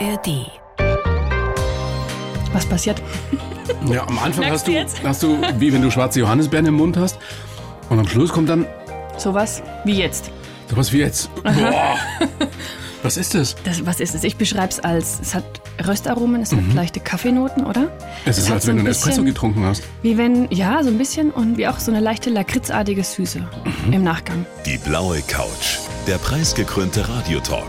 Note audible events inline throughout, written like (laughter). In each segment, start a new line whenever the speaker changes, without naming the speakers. ARD.
Was passiert?
Ja, am Anfang
Merkst
hast
du
du,
jetzt?
hast du, wie wenn du schwarze Johannisbeeren im Mund hast. Und am Schluss kommt dann
Sowas wie jetzt.
sowas
(laughs)
wie jetzt. Boah, was ist das?
Das, was ist es? Ich beschreibe es als, es hat Röstaromen, es hat leichte Kaffeenoten, oder?
Mhm. Es ist,
hat
als
so
wenn du
ein
einen Espresso
bisschen-
getrunken hast.
Wie wenn, ja, so ein bisschen und wie auch so eine leichte lakritzartige Süße
Mhm.
im Nachgang.
Die blaue Couch. Der preisgekrönte Radiotalk.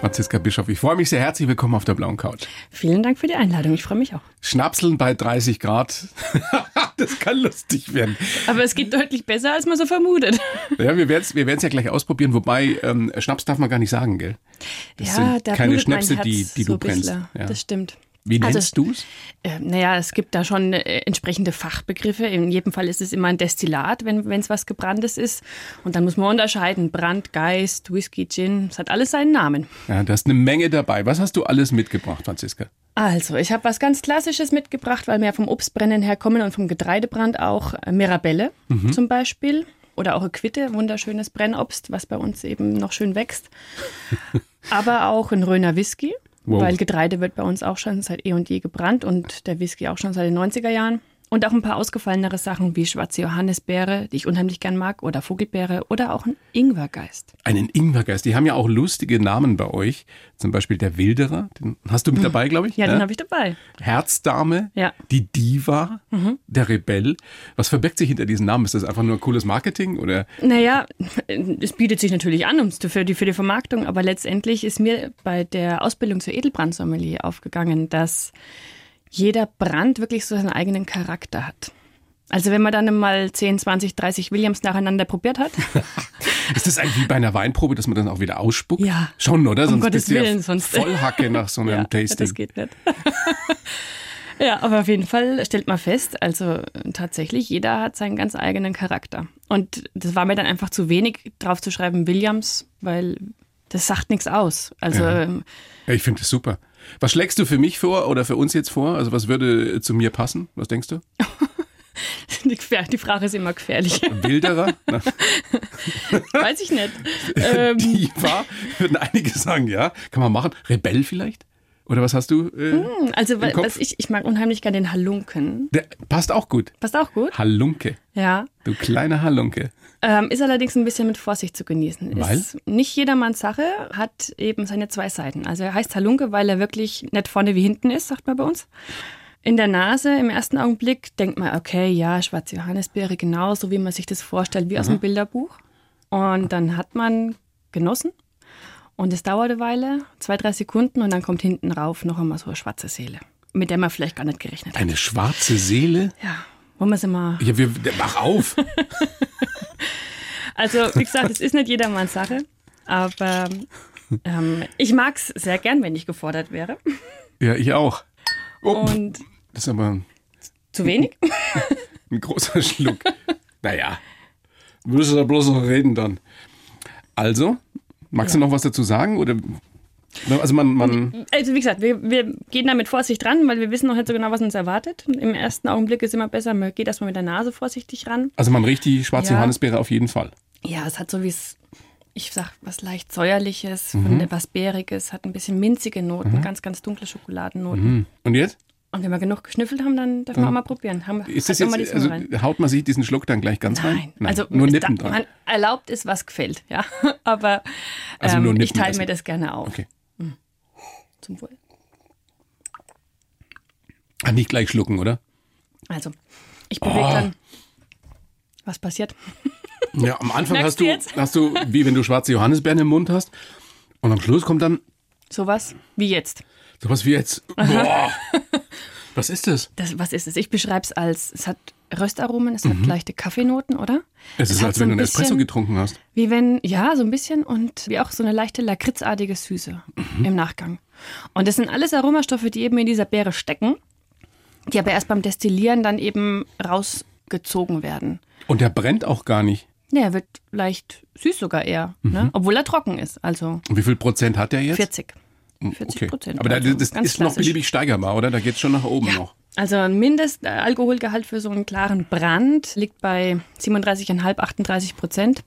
Franziska Bischof, ich freue mich sehr herzlich willkommen auf der blauen Couch.
Vielen Dank für die Einladung, ich freue mich auch.
Schnapseln bei 30 Grad. (laughs) das kann lustig werden.
Aber es geht deutlich besser, als man so vermutet.
Ja, wir werden es wir werden's ja gleich ausprobieren, wobei ähm, Schnaps darf man gar nicht sagen, gell? Das sind keine
blutet mein
Schnäpse,
Herz
die, die
so
du brennst.
bisschen.
Ja.
Das stimmt.
Wie
Also-
nennst du's?
Ähm, naja, es gibt da schon äh, entsprechende Fachbegriffe. In jedem Fall ist es immer ein Destillat, wenn es was Gebranntes ist. Und dann muss man unterscheiden. Brand, Geist, Whisky, Gin. Es hat alles seinen Namen.
Ja, du hast eine Menge dabei. Was hast du alles mitgebracht, Franziska?
Also, ich habe was ganz Klassisches mitgebracht, weil wir ja vom Obstbrennen herkommen und vom Getreidebrand auch äh, Mirabelle zum Beispiel. Oder auch eine Quitte, wunderschönes Brennobst, was bei uns eben noch schön wächst. Aber auch ein Röner Whisky,
Wow.
weil Getreide wird bei uns auch schon seit eh und je gebrannt und der Whisky auch schon seit den 90er Jahren. Und auch ein paar ausgefallenere Sachen wie schwarze Johannisbeere, die ich unheimlich gern mag, oder Vogelbeere oder auch ein Ingwergeist.
Einen Ingwergeist. Die haben ja auch lustige Namen bei euch. Zum Beispiel der Wilderer. Den hast du mit dabei, glaube ich.
Mhm.
ne?
Ja, den habe ich dabei.
Herzdame.
Ja. Mhm.
Die Diva. Der Rebell. Was verbirgt sich hinter diesen Namen? Ist das einfach nur cooles Marketing oder
Naja, (laughs) es bietet sich natürlich an um's für, die, für die Vermarktung, aber letztendlich ist mir bei der Ausbildung zur Edelbrandsommelier aufgegangen, dass jeder Brand wirklich so seinen eigenen Charakter hat. Also wenn man dann mal 10, 20, 30 Williams nacheinander probiert
(laughs)
hat,
Ist das eigentlich wie bei einer Weinprobe, dass man dann auch wieder ausspuckt?
Ja.
Schon, oder?
Um Gottes
bist du ja
Willen, sonst- (laughs)
Vollhacke nach so einem
ja,
Tasting.
das geht nicht. (laughs) ja, aber auf jeden Fall stellt man fest, also tatsächlich, jeder hat seinen ganz eigenen Charakter. Und das war mir dann einfach zu wenig, drauf zu schreiben Williams, weil das sagt nichts aus. Also
Ja.
ähm,
Ja, ich finde das super. Was schlägst du für mich vor oder für uns jetzt vor? Also was würde zu mir passen? Was denkst du?
(laughs) Die, Quer- die Frage ist immer gefährlich. (laughs)
Wilderer? Na,
Weiß ich nicht. Ähm,
Diva? Würden einige sagen, ja. Kann man machen. Rebell vielleicht? Oder was hast du? Äh,
also, wa-
Kopf.
was ich, ich mag unheimlich gerne den Halunken.
der, passt auch gut.
Passt auch gut.
Halunke.
Ja.
Du kleiner Halunke.
Ähm, ist allerdings ein bisschen mit Vorsicht zu genießen.
Weil?
Ist nicht jedermanns Sache, hat eben seine zwei Seiten. Also, er heißt Halunke, weil er wirklich nicht vorne wie hinten ist, sagt man bei uns. In der Nase im ersten Augenblick denkt man, okay, ja, schwarze Johannisbeere, genau so wie man sich das vorstellt, wie aus
Mhm.
dem Bilderbuch. Und dann hat man genossen und es dauert eine Weile, zwei, drei Sekunden und dann kommt hinten rauf noch einmal so eine schwarze Seele, mit der man vielleicht gar nicht gerechnet hat.
Eine schwarze Seele?
Ja, wollen wir es immer.
Ja, wir,
(laughs)
mach auf.
Also, wie gesagt, es ist nicht jedermanns Sache, aber ähm, ich mag es sehr gern, wenn ich gefordert wäre.
ja, ich auch. Oh, pff,
Und
das ist aber
zu wenig?
Ein großer Schluck. naja, würdest du da bloß noch reden dann. Also, magst du noch was dazu sagen? Oder, Na, also man, man
Also wie gesagt, wir, wir gehen da mit Vorsicht ran, weil wir wissen noch nicht so genau, was uns erwartet. Im ersten Augenblick ist immer besser, man geht erstmal mit der Nase vorsichtig ran.
also man riecht die schwarze
Ja.
Johannisbeere auf jeden Fall.
Ja, es hat so wie es, ich sag, was leicht säuerliches,
Mhm.
von etwas Bäriges, hat ein bisschen minzige Noten, ganz, ganz dunkle Schokoladennoten.
Hm. Und jetzt?
Und wenn wir genug geschnüffelt haben, dann dürfen wir auch mal probieren. Haben,
Mhm. Ist das
halten wir
jetzt,
die
also
Zunge rein.
haut man sich diesen Schluck dann gleich ganz rein?
Nein, also
nur
es
Nippen
da-
dran.
Man erlaubt ist, was gefällt, ja. (laughs) Aber
Also nur
ähm, ich
Nippen
teile
lassen.
mir das gerne auf. Hm.
Okay.
Zum Wohl.
Ah, nicht gleich schlucken, oder?
Also, ich bewege
Oh.
dann. Was passiert?
Ja, am Anfang
Merkst
hast
du
du,
jetzt?
hast du, wie wenn du schwarze Johannisbeeren im Mund hast. Und am Schluss kommt dann
Sowas wie jetzt.
sowas wie jetzt.
(laughs)
Boah, was ist das?
Das, was ist es? Ich beschreibe es als, es hat Röstaromen, es hat leichte Kaffeenoten, oder?
Mhm. Es ist,
hat
als
so
wenn du
ein
einen Espresso
bisschen-
getrunken hast.
Wie wenn, ja, so ein bisschen und wie auch so eine leichte lakritzartige Süße
Mhm.
im Nachgang. Und das sind alles Aromastoffe, die eben in dieser Beere stecken, die aber erst beim Destillieren dann eben rausgezogen werden.
Und der brennt auch gar nicht.
Ja, er wird leicht süß sogar eher,
Mhm.
ne? obwohl er trocken ist. Also
Und wie viel Prozent hat der jetzt?
40. 40 Prozent.
Oh, Aber da,
also
das ist
ganz
noch
klassisch.
beliebig steigerbar, oder? Da geht es schon nach oben noch.
Also ein Mindestalkoholgehalt für so einen klaren Brand liegt bei 37,5, 38 Prozent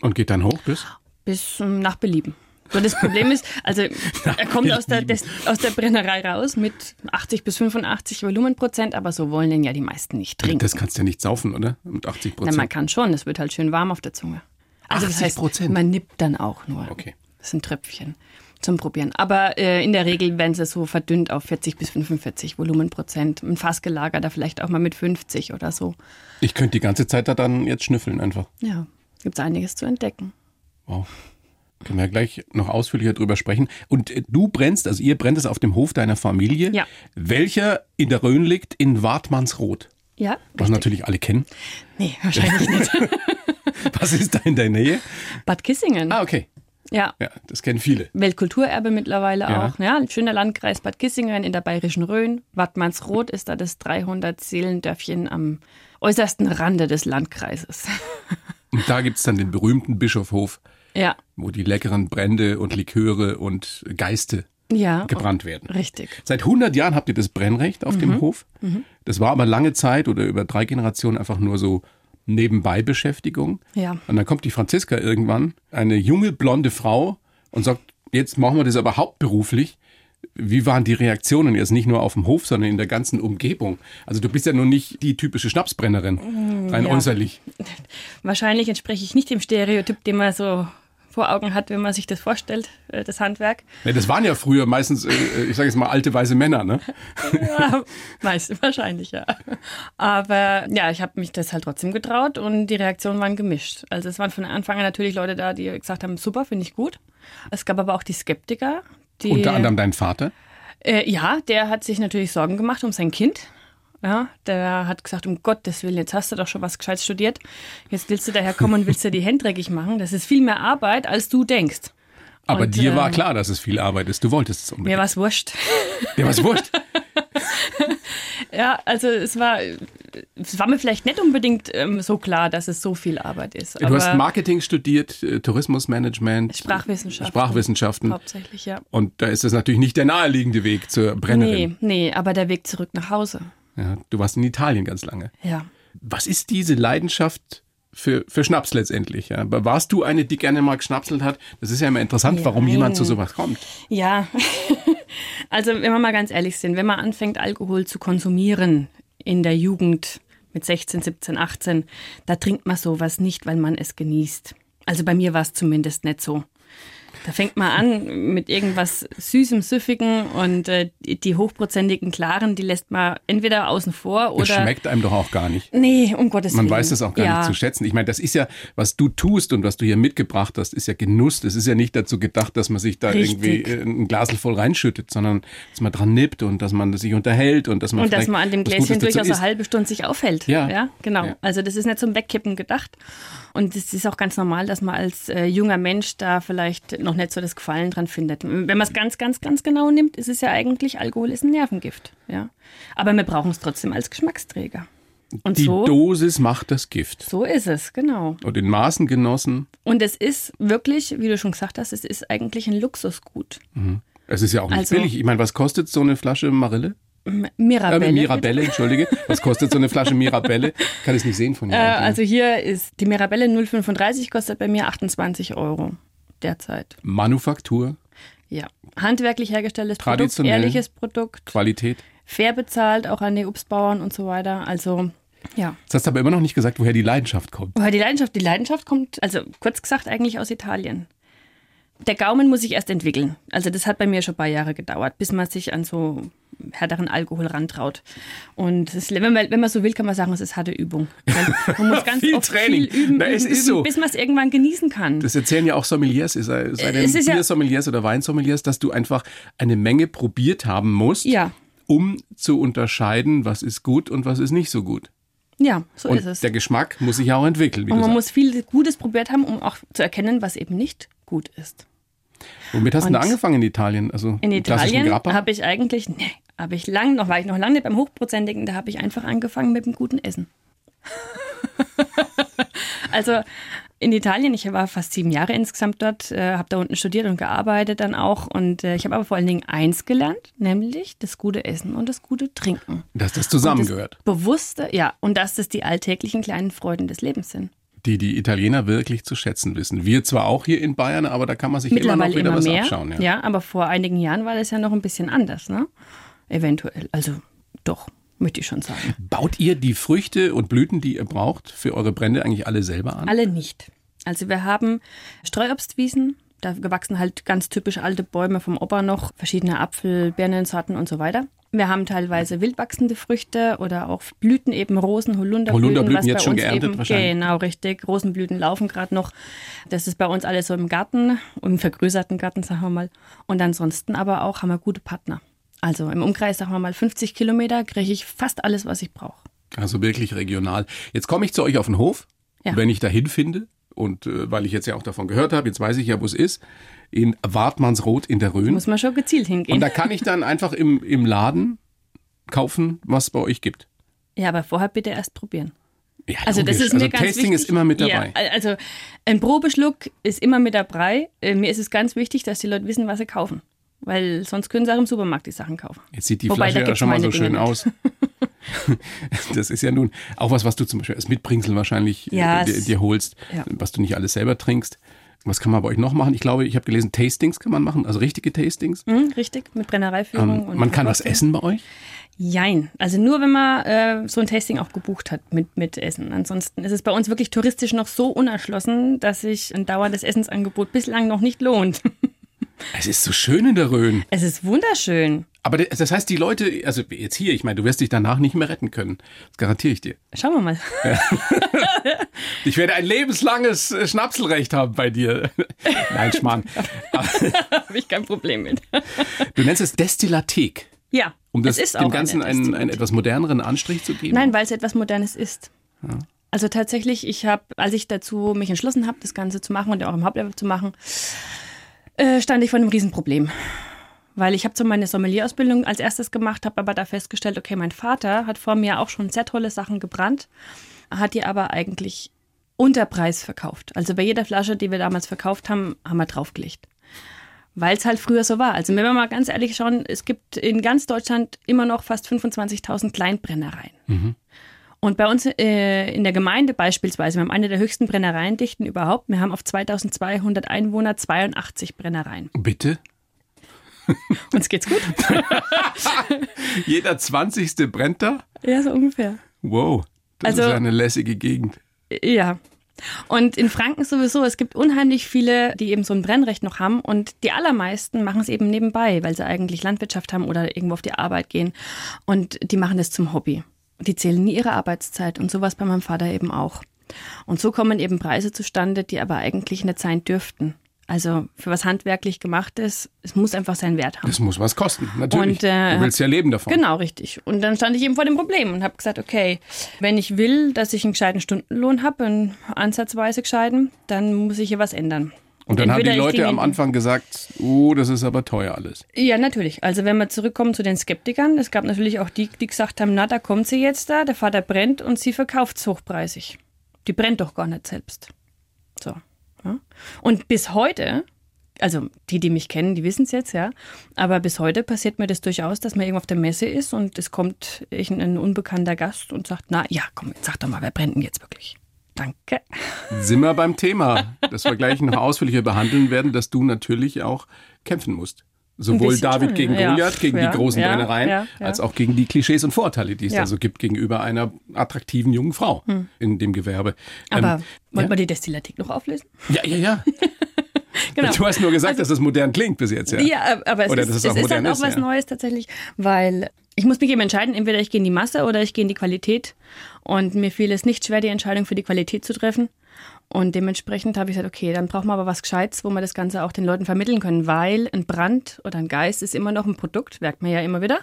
Und geht dann hoch bis?
bis ähm, nach Belieben. So, das Problem ist,
(laughs)
also er kommt aus der, des, aus der Brennerei raus mit 80 bis 85 Volumenprozent, aber so wollen den ja die meisten nicht trinken.
Das kannst du ja nicht saufen, oder? Mit 80
Na, man
Prozent.
kann schon, es wird halt schön warm auf der Zunge. Also das
80
heißt,
Prozent.
man nippt dann auch nur.
Okay.
Das sind Tröpfchen zum Probieren. Aber äh, in der Regel werden sie so verdünnt auf 40 bis 45 Volumenprozent. Ein Fass gelagert, vielleicht auch mal mit 50 oder so.
Ich könnte die ganze Zeit da dann jetzt schnüffeln einfach.
Ja, gibt es einiges zu entdecken.
Wow. Können wir gleich noch ausführlicher drüber sprechen. Und äh, du brennst, also ihr brennt es auf dem Hof deiner Familie,
Ja.
welcher in der Rhön liegt, in Wartmannsroth.
Ja,
Was natürlich alle kennen.
nee, wahrscheinlich
(laughs)
nicht.
Was ist da in der Nähe?
Bad Kissingen,
Ah, okay.
ja.
Ja, das kennen viele.
Weltkulturerbe mittlerweile
Ja.
auch. Ja, ein schöner Landkreis Bad Kissingen in der bayerischen Rhön. Wattmannsroth ist da das 300-Seelendörfchen am äußersten Rande des Landkreises. (laughs)
Und da gibt es dann den berühmten Bischofhof,
Ja,
wo die leckeren Brände und Liköre und Geiste
ja.
gebrannt werden.
Richtig.
Seit 100 Jahren habt ihr das Brennrecht auf
Mhm.
dem Hof. Das war aber lange Zeit oder über drei Generationen einfach nur so nebenbei Beschäftigung.
Ja.
Und dann kommt die Franziska irgendwann, eine junge blonde Frau und sagt, jetzt machen wir das aber hauptberuflich. Wie waren die Reaktionen jetzt nicht nur auf dem Hof, sondern in der ganzen Umgebung? Also du bist ja nun nicht die typische Schnapsbrennerin, rein
Mm, ja.
äußerlich.
Wahrscheinlich entspreche ich nicht dem Stereotyp, den man so vor Augen hat, wenn man sich das vorstellt, äh, das Handwerk.
Ja, das waren ja früher meistens, äh, ich sage jetzt mal, alte weiße Männer. Ne?
Ja, (laughs) meist, wahrscheinlich, ja. Aber ja, ich habe mich das halt trotzdem getraut und die Reaktionen waren gemischt. Also es waren von Anfang an natürlich Leute da, die gesagt haben, super, finde ich gut. Es gab aber auch die Skeptiker. Die,
Unter anderem dein Vater.
Äh, ja, der hat sich natürlich Sorgen gemacht um sein Kind. Ja, der hat gesagt, um Gottes Willen, jetzt hast du doch schon was Gescheites studiert. Jetzt willst du daherkommen und willst dir die Hände dreckig machen. Das ist viel mehr Arbeit, als du denkst.
Aber
Und,
dir war
ähm,
klar, dass es viel Arbeit ist. Du wolltest es
Mir
unbedingt.
war's wurscht.
Dir war's wurscht.
Ja, also es war, es war mir vielleicht nicht unbedingt ähm, so klar, dass es so viel Arbeit ist.
Du hast
aber
Marketing studiert, äh, Tourismusmanagement,
Sprachwissenschaften.
Sprachwissenschaften.
Hauptsächlich, ja.
Und da ist das natürlich nicht der naheliegende Weg zur Brennerin.
Nee, nee, aber der Weg zurück nach Hause.
Ja, du warst in Italien ganz lange.
Ja.
Was ist diese Leidenschaft für, für Schnaps letztendlich? Ja? Aber Warst du eine, die gerne mal geschnapselt hat? Das ist ja immer interessant, warum
Nein.
jemand zu sowas kommt.
Ja, (laughs) also wenn wir mal ganz ehrlich sind, wenn man anfängt, Alkohol zu konsumieren in der Jugend mit 16, 17, 18, da trinkt man sowas nicht, weil man es genießt. Also bei mir war es zumindest nicht so. Da fängt man an mit irgendwas Süßem, Süffigen und äh, die die hochprozentigen Klaren, die lässt man entweder außen vor
Das
oder...
schmeckt einem doch auch gar nicht.
Nee, um Gottes
Man
Willen.
weiß das auch gar
ja.
nicht zu schätzen. Ich meine, das ist ja, was du tust und was du hier mitgebracht hast, ist ja Genuss. Das ist ja nicht dazu gedacht, dass man sich da
Richtig.
irgendwie äh, ein Glasel voll reinschüttet, sondern dass man dran nippt und dass man sich unterhält und dass man
Und dass
vielleicht
man an dem
was
Gläschen
Gutes dazu
durchaus eine
isst.
halbe Stunde sich aufhält.
Ja.
genau.
Ja.
Also das ist nicht zum Wegkippen gedacht. Und es ist auch ganz normal, dass man als äh, junger Mensch da vielleicht noch nicht so das Gefallen dran findet. Wenn man es ganz, ganz, ganz genau nimmt, ist es ja eigentlich, Alkohol ist ein Nervengift. Ja. Aber wir brauchen es trotzdem als Geschmacksträger. Und
Die
so,
Dosis macht das Gift.
so ist es, genau.
Und in Maßen genossen.
Und es ist wirklich, wie du schon gesagt hast, es ist eigentlich ein Luxusgut.
Es ist ja auch nicht
Also-
billig. Ich meine, was kostet so eine Flasche Marille?
M-
Äh,
Mirabelle.
Mirabelle, entschuldige. Was kostet so
(laughs)
eine Flasche Mirabelle? Kann ich nicht sehen von hier.
Äh,
aus.
also hier ist die Mirabelle 035 kostet bei mir 28 Euro derzeit.
Manufaktur,
Ja. Handwerklich hergestelltes Produkt,
Traditionell.
ehrliches Produkt,
Qualität.
fair bezahlt, auch an die Obstbauern und so weiter. Also, ja.
Das hast du aber immer noch nicht gesagt, woher die Leidenschaft kommt.
Aber die Leidenschaft, die Leidenschaft kommt, also kurz gesagt, eigentlich aus Italien. Der Gaumen muss sich erst entwickeln. Also das hat bei mir schon ein paar Jahre gedauert, bis man sich an so härteren Alkohol rantraut. Und es ist, wenn, man, wenn man so will, kann man sagen, es ist harte Übung. Weil
(laughs)
Man muss ganz
Viel
oft
Training.
viel üben,
Na, es
üben,
ist
üben
so.
bis man es irgendwann genießen kann.
Das erzählen ja auch Sommeliers, sei, sei denn
es ist ja-
Biersommeliers oder Weinsommeliers, dass du einfach eine Menge probiert haben musst,
Ja.
um zu unterscheiden, was ist gut und was ist nicht so gut.
ja, so
und
ist es.
der Geschmack muss sich ja auch entwickeln, wie
Und
du
man
sagst.
muss viel Gutes probiert haben, um auch zu erkennen, was eben nicht gut ist.
Womit hast du denn
und-
angefangen in Italien? Also
In
im klassischen
Italien
Grappa?
habe ich eigentlich, nee, habe ich lang noch, war ich noch lange nicht beim Hochprozentigen, da habe ich einfach angefangen mit dem guten Essen. (laughs) Also in Italien, ich war fast sieben Jahre insgesamt dort, äh, habe da unten studiert und gearbeitet dann auch. Und äh, ich habe aber vor allen Dingen eins gelernt, nämlich das gute Essen und das gute Trinken.
Dass das zusammengehört.
Das Bewusste, ja, und dass das die alltäglichen kleinen Freuden des Lebens sind.
Die die Italiener wirklich zu schätzen wissen. Wir zwar auch hier in Bayern, aber da kann man sich immer noch
Mittlerweile
wieder
immer
was
mehr.
abschauen. Ja.
aber vor einigen Jahren war das ja noch ein bisschen anders, ne? Eventuell. Also doch, möchte ich schon sagen.
Baut ihr die Früchte und Blüten, die ihr braucht, für eure Brände eigentlich alle selber an?
Alle nicht. Also wir haben Streuobstwiesen, da gewachsen halt ganz typisch alte Bäume vom Opa noch, verschiedene Apfel, Birnensorten und so weiter. Wir haben teilweise wildwachsende Früchte oder auch Blüten, eben Rosen, Holunderblüten.
Holunderblüten
was
jetzt
bei
schon
uns
geerntet
eben,
wahrscheinlich.
Genau, richtig. Rosenblüten laufen gerade noch. Das ist bei uns alles so im Garten, im vergrößerten Garten, sagen wir mal. Und ansonsten aber auch haben wir gute Partner. Also im Umkreis, sagen wir mal, 50 Kilometer kriege ich fast alles, was ich brauche.
Also wirklich regional. Jetzt komme ich zu euch auf den Hof,
Ja.
wenn ich dahin finde. Und äh, weil ich jetzt ja auch davon gehört habe, jetzt weiß ich ja, wo es ist, in Wartmannsroth in der Rhön.
Muss man schon gezielt hingehen.
Hm. Und da kann ich dann einfach im, im Laden kaufen, was es bei euch gibt.
ja, aber vorher bitte erst probieren.
Ja,
Also das
logisch.
ist mir
also
ganz
Tasting
wichtig.
ist immer mit
Ja,
dabei.
al- also ein Probeschluck ist immer mit dabei. Äh, Mir ist es ganz wichtig, dass die Leute wissen, was sie kaufen. Weil sonst können sie auch im Supermarkt die Sachen kaufen.
Jetzt sieht die
Wobei,
Flasche
da
ja
gibt's
schon mal so
meine Dinge
schön
nicht.
aus. (laughs) Das ist ja nun auch was, was du zum Beispiel als Mitbringsel wahrscheinlich äh,
Ja,
dir,
es-
dir holst,
ja.
was du nicht alles selber trinkst. Was kann man bei euch noch machen? Ich glaube, ich habe gelesen, Tastings kann man machen, also richtige Tastings.
Hm, richtig, mit Brennereiführung.
Ähm,
und
man kann was
Verkostung.
essen bei euch.
Jein. Also nur, wenn man äh, so ein Tasting auch gebucht hat mit, mit Essen. Ansonsten ist es bei uns wirklich touristisch noch so unerschlossen, dass sich ein dauerndes Essensangebot bislang noch nicht lohnt. (laughs)
Es ist so schön in der Rhön.
Es ist wunderschön.
Aber das das heißt, die Leute, also jetzt hier, ich meine, du wirst dich danach nicht mehr retten können. Das garantiere ich dir.
Schauen wir mal. (laughs)
Ich werde ein lebenslanges äh, Schnapselrecht haben bei dir. (laughs) Nein, Schmarrn. (laughs)
Habe ich kein Problem mit.
Du nennst es Destillathek,
Ja,
um das
es ist
dem
auch
Ganzen
eine
einen, einen etwas moderneren Anstrich zu geben.
Nein, weil es etwas Modernes ist. Also tatsächlich, ich habe, als ich dazu mich entschlossen habe, das Ganze zu machen und auch im Hauptlevel zu machen, äh, stand ich vor einem Riesenproblem. Weil ich habe so meine Sommelier-Ausbildung als erstes gemacht, habe aber da festgestellt, okay, mein Vater hat vor mir auch schon sehr tolle Sachen gebrannt, hat die aber eigentlich unter Preis verkauft. Also bei jeder Flasche, die wir damals verkauft haben, haben wir draufgelegt. Weil es halt früher so war. Also wenn wir mal ganz ehrlich schauen, es gibt in ganz Deutschland immer noch fast 25.000 Kleinbrennereien. Und bei uns äh, in der Gemeinde beispielsweise, wir haben eine der höchsten Brennereiendichten überhaupt. Wir haben auf 2200 Einwohner 82 Brennereien.
Bitte?
Uns geht's gut?
Jeder 20. brennt da?
(laughs) ja, so ungefähr.
Wow, das
Also-
ist ja eine lässige Gegend.
Ja. Und in Franken sowieso, es gibt unheimlich viele, die eben so ein Brennrecht noch haben und die allermeisten machen es eben nebenbei, weil sie eigentlich Landwirtschaft haben oder irgendwo auf die Arbeit gehen und die machen das zum Hobby. Die zählen nie ihre Arbeitszeit und sowas bei meinem Vater eben auch. Und so kommen eben Preise zustande, die aber eigentlich nicht sein dürften. Also für was handwerklich gemacht ist, es muss einfach seinen Wert haben.
Das muss was kosten,
Und,
natürlich.
äh,
du willst ja leben davon.
Genau, richtig. Und dann stand ich eben vor dem Problem und habe gesagt, okay, wenn ich will, dass ich einen gescheiten Stundenlohn habe, einen ansatzweise gescheiten, dann muss ich hier was ändern.
Und dann haben die
entweder ich
Leute
ging
am
in-
Anfang gesagt, oh, das ist aber teuer alles.
Ja, natürlich. Also wenn wir zurückkommen zu den Skeptikern, es gab natürlich auch die, die gesagt haben, na, da kommt sie jetzt da, der Vater brennt und sie verkauft es hochpreisig. Die brennt doch gar nicht selbst. So. Ja. Und bis heute, also die, die mich kennen, die wissen es jetzt, ja, aber bis heute passiert mir das durchaus, dass man irgendwo auf der Messe ist und es kommt ich- ein unbekannter Gast und sagt, na ja, komm, jetzt sag doch mal, wer brennt denn jetzt wirklich? Danke.
Sind wir beim Thema, das wir gleich noch ausführlicher behandeln werden, dass du natürlich auch kämpfen musst. Sowohl
bisschen
David
schon,
gegen
ja.
Goliath, gegen
Ja,
die großen
ja,
Brennereien,
ja, ja.
als auch gegen die Klischees und Vorurteile, die es
Ja. Hm.
da so gibt gegenüber einer attraktiven jungen Frau in dem Gewerbe. Ähm,
Aber wollen
ja.
wir die Destillatik noch auflösen?
ja,
(laughs)
ja, ja. Du hast nur gesagt, dass das modern klingt bis jetzt. Ja,
Genau. Also Ja, aber es
Oder
ist,
dass es
es
auch
ist
modern
dann auch
ist,
was
ja.
Neues tatsächlich, weil ich muss mich eben entscheiden, entweder ich gehe in die Masse oder ich gehe in die Qualität. Und mir fiel es nicht schwer, die Entscheidung für die Qualität zu treffen. Und dementsprechend habe ich gesagt, okay, dann brauchen wir aber was Gescheites, wo wir das Ganze auch den Leuten vermitteln können, weil ein Brand oder ein Geist ist immer noch ein Produkt, merkt man ja immer wieder,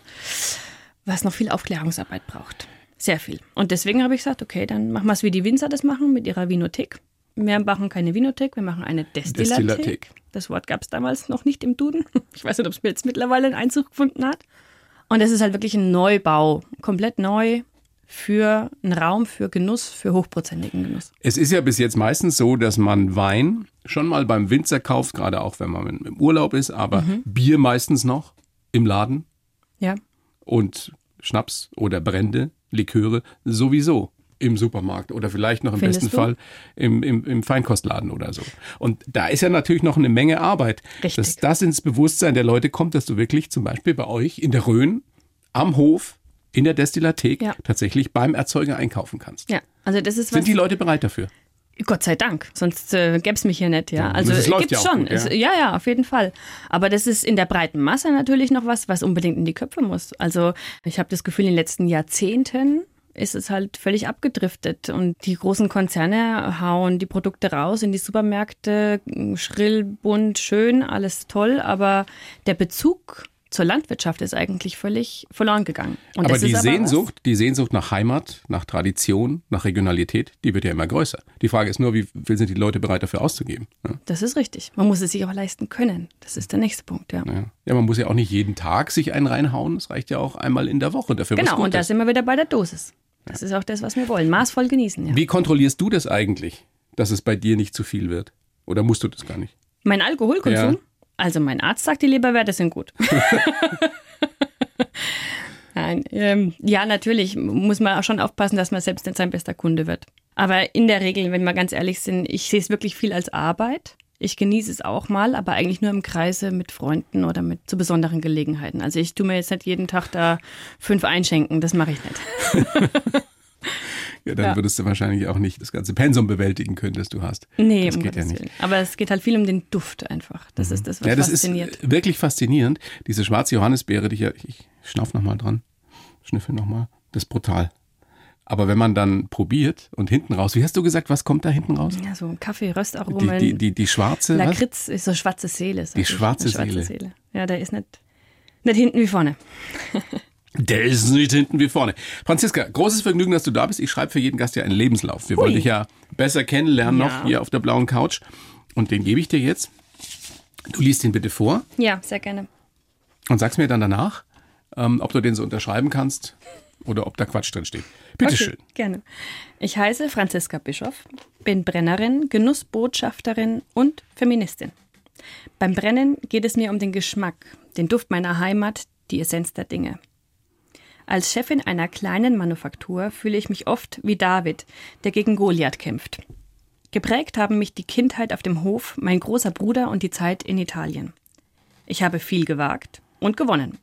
was noch viel Aufklärungsarbeit braucht. Sehr viel. Und deswegen habe ich gesagt, okay, dann machen wir es, wie die Winzer das machen, mit ihrer Vinothek. Wir machen keine Vinothek, wir machen eine Destillathek.
Destillathek.
Das Wort gab es damals noch nicht im Duden. (laughs) Ich weiß nicht, ob es mir jetzt mittlerweile einen Einzug gefunden hat. Und es ist halt wirklich ein Neubau, komplett neu, für einen Raum für Genuss, für hochprozentigen Genuss.
Es ist ja bis jetzt meistens so, dass man Wein schon mal beim Winzer kauft, gerade auch wenn man im Urlaub ist, aber
Mhm.
Bier meistens noch im Laden
Ja.
und Schnaps oder Brände, Liköre sowieso im Supermarkt oder vielleicht noch im
Findest
besten
du?
Fall im, im, im Feinkostladen oder so. Und da ist ja natürlich noch eine Menge Arbeit,
Richtig.
dass das ins Bewusstsein der Leute kommt, dass du wirklich zum Beispiel bei euch in der Rhön am Hof in der Destillathek
Ja.
tatsächlich beim Erzeuger einkaufen kannst.
Ja. Also das ist was.
Sind die Leute bereit dafür?
Gott sei Dank, sonst äh, gäbe es mich hier nicht, ja. Also
das läuft
gibt's
ja auch
schon.
gut, ja.
Es, ja, ja, auf jeden Fall. Aber das ist in der breiten Masse natürlich noch was, was unbedingt in die Köpfe muss. Also ich habe das Gefühl, in den letzten Jahrzehnten ist es halt völlig abgedriftet. Und die großen Konzerne hauen die Produkte raus in die Supermärkte, schrill, bunt, schön, alles toll, aber der Bezug zur Landwirtschaft ist eigentlich völlig verloren gegangen. Und
aber
das
die
ist was-
Sehnsucht, die Sehnsucht nach Heimat, nach Tradition, nach Regionalität, die wird ja immer größer. Die Frage ist nur, wie viel sind die Leute bereit dafür auszugeben? ne?
Das ist richtig. Man muss es sich auch leisten können. Das ist der nächste Punkt, ja.
Ja. ja, man muss ja auch nicht jeden Tag sich einen reinhauen. Es reicht ja auch einmal in der Woche dafür. was
Genau,
gut
und da
ist.
sind wir wieder bei der Dosis. Das ist auch das, was wir wollen. Maßvoll genießen, ja.
Wie kontrollierst du das eigentlich, dass es bei dir nicht zu viel wird? Oder musst du das gar nicht?
Mein Alkoholkonsum?
Ja.
Also mein Arzt sagt, die Leberwerte sind
(laughs)
gut. Nein, ähm, ja, natürlich muss man auch schon aufpassen, dass man selbst nicht sein bester Kunde wird. Aber in der Regel, wenn wir ganz ehrlich sind, ich sehe es wirklich viel als Arbeit. Ich genieße es auch mal, aber eigentlich nur im Kreise mit Freunden oder mit zu besonderen Gelegenheiten. Also ich tue mir jetzt nicht jeden Tag da fünf einschenken, das mache ich nicht.
Ja, dann
Ja.
würdest du wahrscheinlich auch nicht das ganze Pensum bewältigen können, das du hast.
Nee,
das
um
geht ja
Gottes
nicht. Mhm.
Willen. Aber es geht halt viel um den Duft einfach. Das ist das, was
Ja, das
fasziniert.
ist wirklich faszinierend. Diese schwarze Johannisbeere, die ich, ja- ich schnauf nochmal dran, schnüffel nochmal, das ist brutal. Aber wenn man dann probiert und hinten raus, wie hast du gesagt, was kommt da hinten raus?
ja, so Kaffee,
Die,
Röstaromen,
äh, die, die, die schwarze, was?
Lakritz ist so schwarze Seele. sag
Die
ich.
schwarze
Eine
Seele.
Ja, der ist nicht, nicht hinten wie vorne.
Der ist nicht hinten wie vorne. Franziska, großes Vergnügen, dass du da bist. Ich schreibe für jeden Gast ja einen Lebenslauf. Wir wollen dich ja besser kennenlernen noch
Ja.
hier auf der blauen Couch. Und den gebe ich dir jetzt. Du liest ihn bitte vor
Ja, sehr gerne.
und sagst mir dann danach, ähm, ob du den so unterschreiben kannst oder ob da Quatsch drin steht. Bitteschön.
Gerne. Ich heiße Franziska Bischoff, bin Brennerin, Genussbotschafterin und Feministin. Beim Brennen geht es mir um den Geschmack, den Duft meiner Heimat, die Essenz der Dinge. Als Chefin einer kleinen Manufaktur fühle ich mich oft wie David, der gegen Goliath kämpft. Geprägt haben mich die Kindheit auf dem Hof, mein großer Bruder und die Zeit in Italien. Ich habe viel gewagt und gewonnen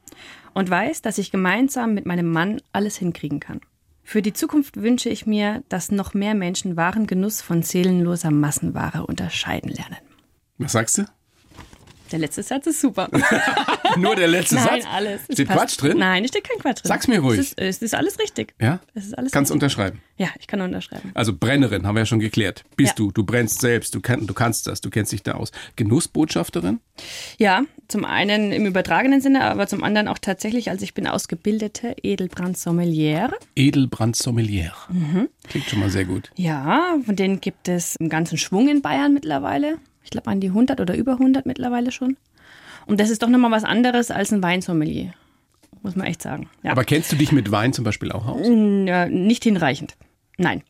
und weiß, dass ich gemeinsam mit meinem Mann alles hinkriegen kann. Für die Zukunft wünsche ich mir, dass noch mehr Menschen wahren Genuss von seelenloser Massenware unterscheiden lernen.
Was sagst du?
Der letzte Satz ist
(laughs)
super.
Nur der
(laughs)
letzte
Nein,
Satz.
alles. Es
Steht
passt.
Quatsch drin?
Nein, da steht kein Quatsch drin.
Sag's mir ruhig.
Es ist, es ist alles richtig.
Ja?
Es ist alles
Kannst
richtig.
unterschreiben.
Ja, ich kann unterschreiben.
Also Brennerin, haben wir ja schon geklärt. Bist
Ja.
du, du brennst selbst, du, kann, du kannst das, du kennst dich da aus. Genussbotschafterin?
Ja, zum einen im übertragenen Sinne, aber zum anderen auch tatsächlich, also ich bin ausgebildete Edelbrand-Sommeliere.
Edelbrand Sommelier.
Mhm.
Klingt schon mal sehr gut.
Ja, von denen gibt es einen ganzen Schwung in Bayern mittlerweile. Ich glaube an die 100 oder über 100 mittlerweile schon. Und das ist doch nochmal was anderes als ein Weinsommelier, muss man echt sagen. Ja.
Aber kennst du dich mit Wein zum Beispiel auch aus?
ja, nicht hinreichend. Nein.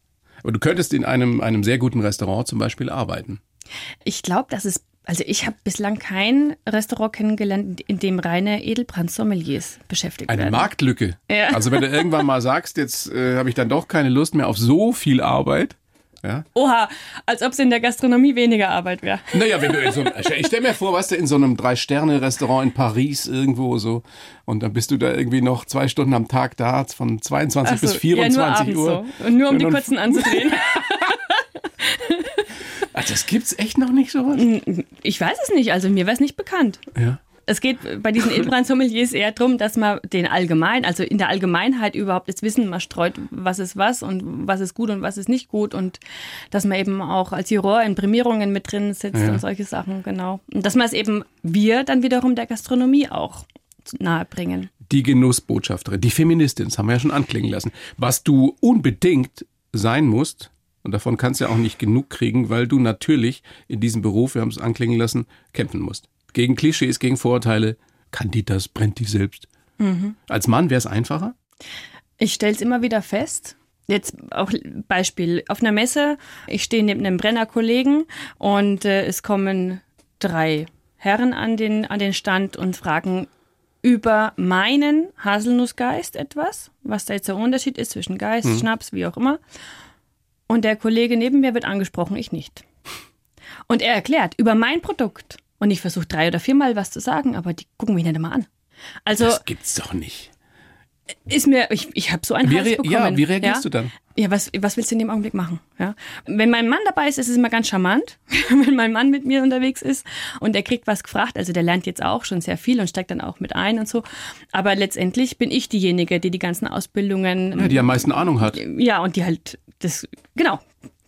Aber du könntest in einem, einem sehr guten Restaurant zum Beispiel arbeiten.
Ich glaube, das ist, also ich habe bislang kein Restaurant kennengelernt, in dem reine Edelbrand-Sommeliers beschäftigt
Eine
werden.
Marktlücke.
Ja.
Also wenn du irgendwann mal sagst, jetzt äh, habe ich dann doch keine Lust mehr auf so viel Arbeit. Ja.
Oha, als ob es in der Gastronomie weniger Arbeit wäre.
Naja, wenn du in
(laughs)
so einem, ich stell mir vor, weißt du, in so einem Drei-Sterne-Restaurant in Paris irgendwo so und dann bist du da irgendwie noch zwei Stunden am Tag da, von 22 bis 24
Also, ja, nur
Uhr.
abends So. Und nur um die
dann-
Kurzen
(laughs)
anzudrehen.
Ach, Ah, das gibt's echt noch nicht sowas?
Mhm. Ich weiß es nicht, also mir wäre es nicht bekannt.
Ja.
Es geht bei diesen Edelbrand-Sommeliers eher darum, dass man den allgemein, also in der Allgemeinheit überhaupt das Wissen mal streut, was ist was und was ist gut und was ist nicht gut und dass man eben auch als Juror in Prämierungen mit drin sitzt
Ja.
und solche Sachen, genau. Und dass man es eben wir dann wiederum der Gastronomie auch zu- nahebringen.
Die Genussbotschafterin, die Feministin, das haben wir ja schon anklingen lassen. Was du unbedingt sein musst, und davon kannst du ja auch nicht genug kriegen, weil du natürlich in diesem Beruf, wir haben es anklingen lassen, kämpfen musst. Gegen Klischees, gegen Vorurteile. Kann die das, brennt die selbst. Als Mann wäre es einfacher.
Ich stelle es immer wieder fest. Jetzt auch Beispiel auf einer Messe. Ich stehe neben einem Brennerkollegen und äh, es kommen drei Herren an den, an den Stand und fragen über meinen Haselnussgeist etwas, was da jetzt der Unterschied ist zwischen Geist, Schnaps, wie auch immer. Und der Kollege neben mir wird angesprochen, ich nicht. Und er erklärt über mein Produkt. Und ich versuche drei oder viermal was zu sagen, aber die gucken mich nicht immer an. Also
Das gibt's doch nicht.
ist mir, ich, ich habe so einen
Wie
Hals
rea-
bekommen.
ja, wie reagierst
ja?
du dann?
Ja, was, was willst du in dem Augenblick machen? Ja? Wenn mein Mann dabei ist, ist es immer ganz charmant, (laughs) wenn mein Mann mit mir unterwegs ist und er kriegt was gefragt. Also der lernt jetzt auch schon sehr viel und steigt dann auch mit ein und so. Aber letztendlich bin ich diejenige, die die ganzen Ausbildungen,
Ja, die am meisten Ahnung hat.
ja, und die halt das, genau,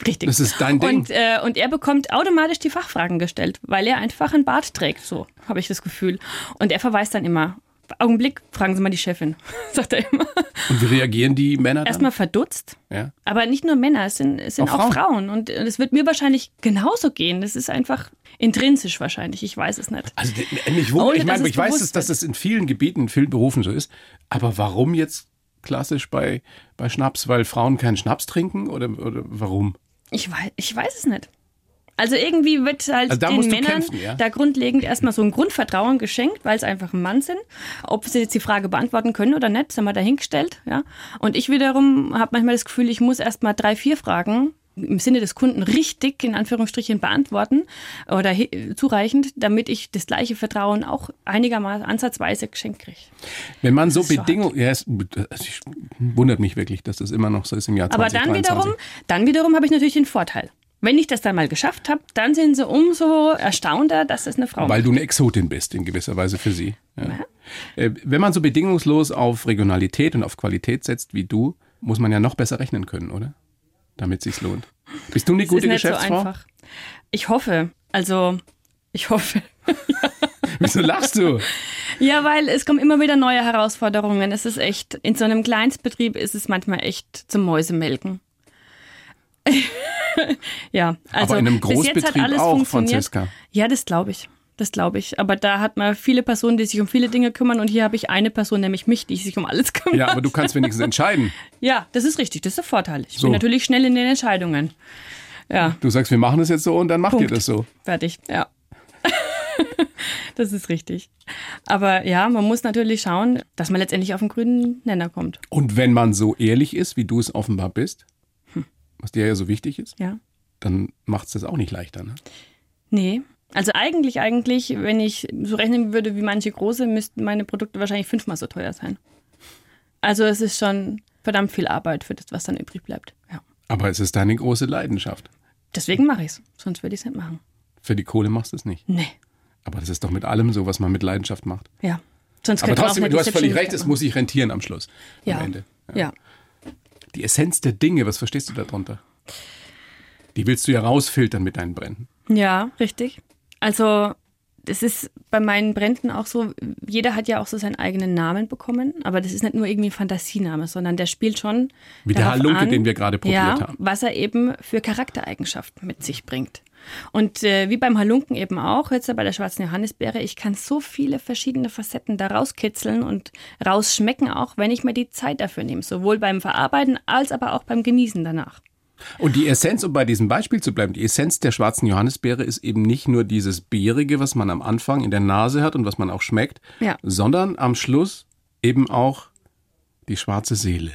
richtig.
Das ist dein Ding.
Und, äh, und er bekommt automatisch die Fachfragen gestellt, weil er einfach einen Bart trägt, so habe ich das Gefühl. Und er verweist dann immer, Augenblick, fragen Sie mal die Chefin, (laughs) sagt er immer.
Und wie reagieren die Männer dann?
Erstmal verdutzt.
Ja.
Aber nicht nur Männer, es sind, es sind
Auch
auch, Frauen. Und äh, es wird mir wahrscheinlich genauso gehen. Das ist einfach intrinsisch wahrscheinlich. Ich weiß es nicht.
Also äh, mich wundert,
Ohne,
ich
dass
meine,
es
ich weiß,
bewusst
dass, dass es in vielen Gebieten, in vielen Berufen so ist. Aber warum jetzt klassisch bei, bei Schnaps? Weil Frauen keinen Schnaps trinken oder, oder warum?
Ich weiß, ich weiß es nicht. Also irgendwie wird halt
Also da
den
musst du
Männern
kämpfen, ja?
da grundlegend erstmal so ein Grundvertrauen geschenkt, weil es einfach ein Mann sind. Ob sie jetzt die Frage beantworten können oder nicht, sind wir dahingestellt. Ja? Und ich wiederum habe manchmal das Gefühl, ich muss erstmal drei, vier Fragen im Sinne des Kunden richtig in Anführungsstrichen beantworten oder hi- zureichend, damit ich das gleiche Vertrauen auch einigermaßen ansatzweise geschenkt kriege.
Wenn man so
ist so hart.
Bedingungen. Ja, es also ich, wundert mich wirklich, dass das immer noch so ist im Jahr
Aber
2023.
dann wiederum, dann wiederum habe ich natürlich den Vorteil. Wenn ich das dann mal geschafft habe, dann sind sie umso erstaunter, dass es eine Frau
Weil du eine Exotin bist, in gewisser Weise für sie. Ja. Äh, Wenn man so bedingungslos auf Regionalität und auf Qualität setzt wie du, muss man ja noch besser rechnen können, oder? Damit sich's lohnt. Bist du eine
Das
gute
ist nicht so
Geschäftsfrau?
einfach. Ich hoffe, also ich hoffe. (laughs)
Wieso lachst du?
Ja, weil es kommen immer wieder neue Herausforderungen. Es ist echt, in so einem Kleinstbetrieb ist es manchmal echt zum Mäusemelken. (laughs) ja, also
Aber in einem
bis jetzt
Großbetrieb
hat alles
auch,
funktioniert.
Franziska.
Ja, das glaube ich. Das glaube ich. Aber da hat man viele Personen, die sich um viele Dinge kümmern und hier habe ich eine Person, nämlich mich, die sich um alles kümmert.
Ja, aber du kannst wenigstens entscheiden.
Ja, das ist richtig, das ist der Vorteil. Ich
So.
bin natürlich schnell in den Entscheidungen. Ja,
Du sagst, wir machen das jetzt so und dann macht
Punkt.
ihr das so.
fertig, ja. (laughs) das ist richtig. Aber ja, man muss natürlich schauen, dass man letztendlich auf den grünen Nenner kommt.
Und wenn man so ehrlich ist, wie du es offenbar bist, was dir ja so wichtig ist,
Hm. Ja.
dann macht's das auch nicht leichter. Ne?
Nee. Also eigentlich, eigentlich, wenn ich so rechnen würde wie manche große, müssten meine Produkte wahrscheinlich fünfmal so teuer sein. Also es ist schon verdammt viel Arbeit für das, was dann übrig bleibt. Ja.
Aber es ist deine große Leidenschaft.
Deswegen mache ich es. Sonst würde ich es nicht machen.
Für die Kohle machst du es nicht.
Nee.
Aber das ist doch mit allem so, was man mit Leidenschaft macht.
Ja. Sonst
Aber
könnte man auch
trotzdem,
nicht
du
die
hast völlig
Selbstständigkeit
recht, es
machen.
muss sich rentieren am Schluss. Am Ende.
ja. ja.
Die Essenz der Dinge, was verstehst du darunter? Die willst du ja rausfiltern mit deinen Bränden.
Ja, richtig. Also das ist bei meinen Bränden auch so, jeder hat ja auch so seinen eigenen Namen bekommen, aber das ist nicht nur irgendwie ein Fantasiename, sondern der spielt schon
Wie der
darauf
Halunke,
an,
den wir gerade probiert
ja,
haben.
was er eben für Charaktereigenschaften mit sich bringt. Und äh, wie beim Halunken eben auch, jetzt ja bei der schwarzen Johannisbeere, ich kann so viele verschiedene Facetten da rauskitzeln und rausschmecken, auch wenn ich mir die Zeit dafür nehme, sowohl beim Verarbeiten als aber auch beim Genießen danach.
Und die Essenz, um bei diesem Beispiel zu bleiben, die Essenz der schwarzen Johannisbeere ist eben nicht nur dieses Beerige, was man am Anfang in der Nase hat und was man auch schmeckt,
Ja.
sondern am Schluss eben auch die schwarze Seele.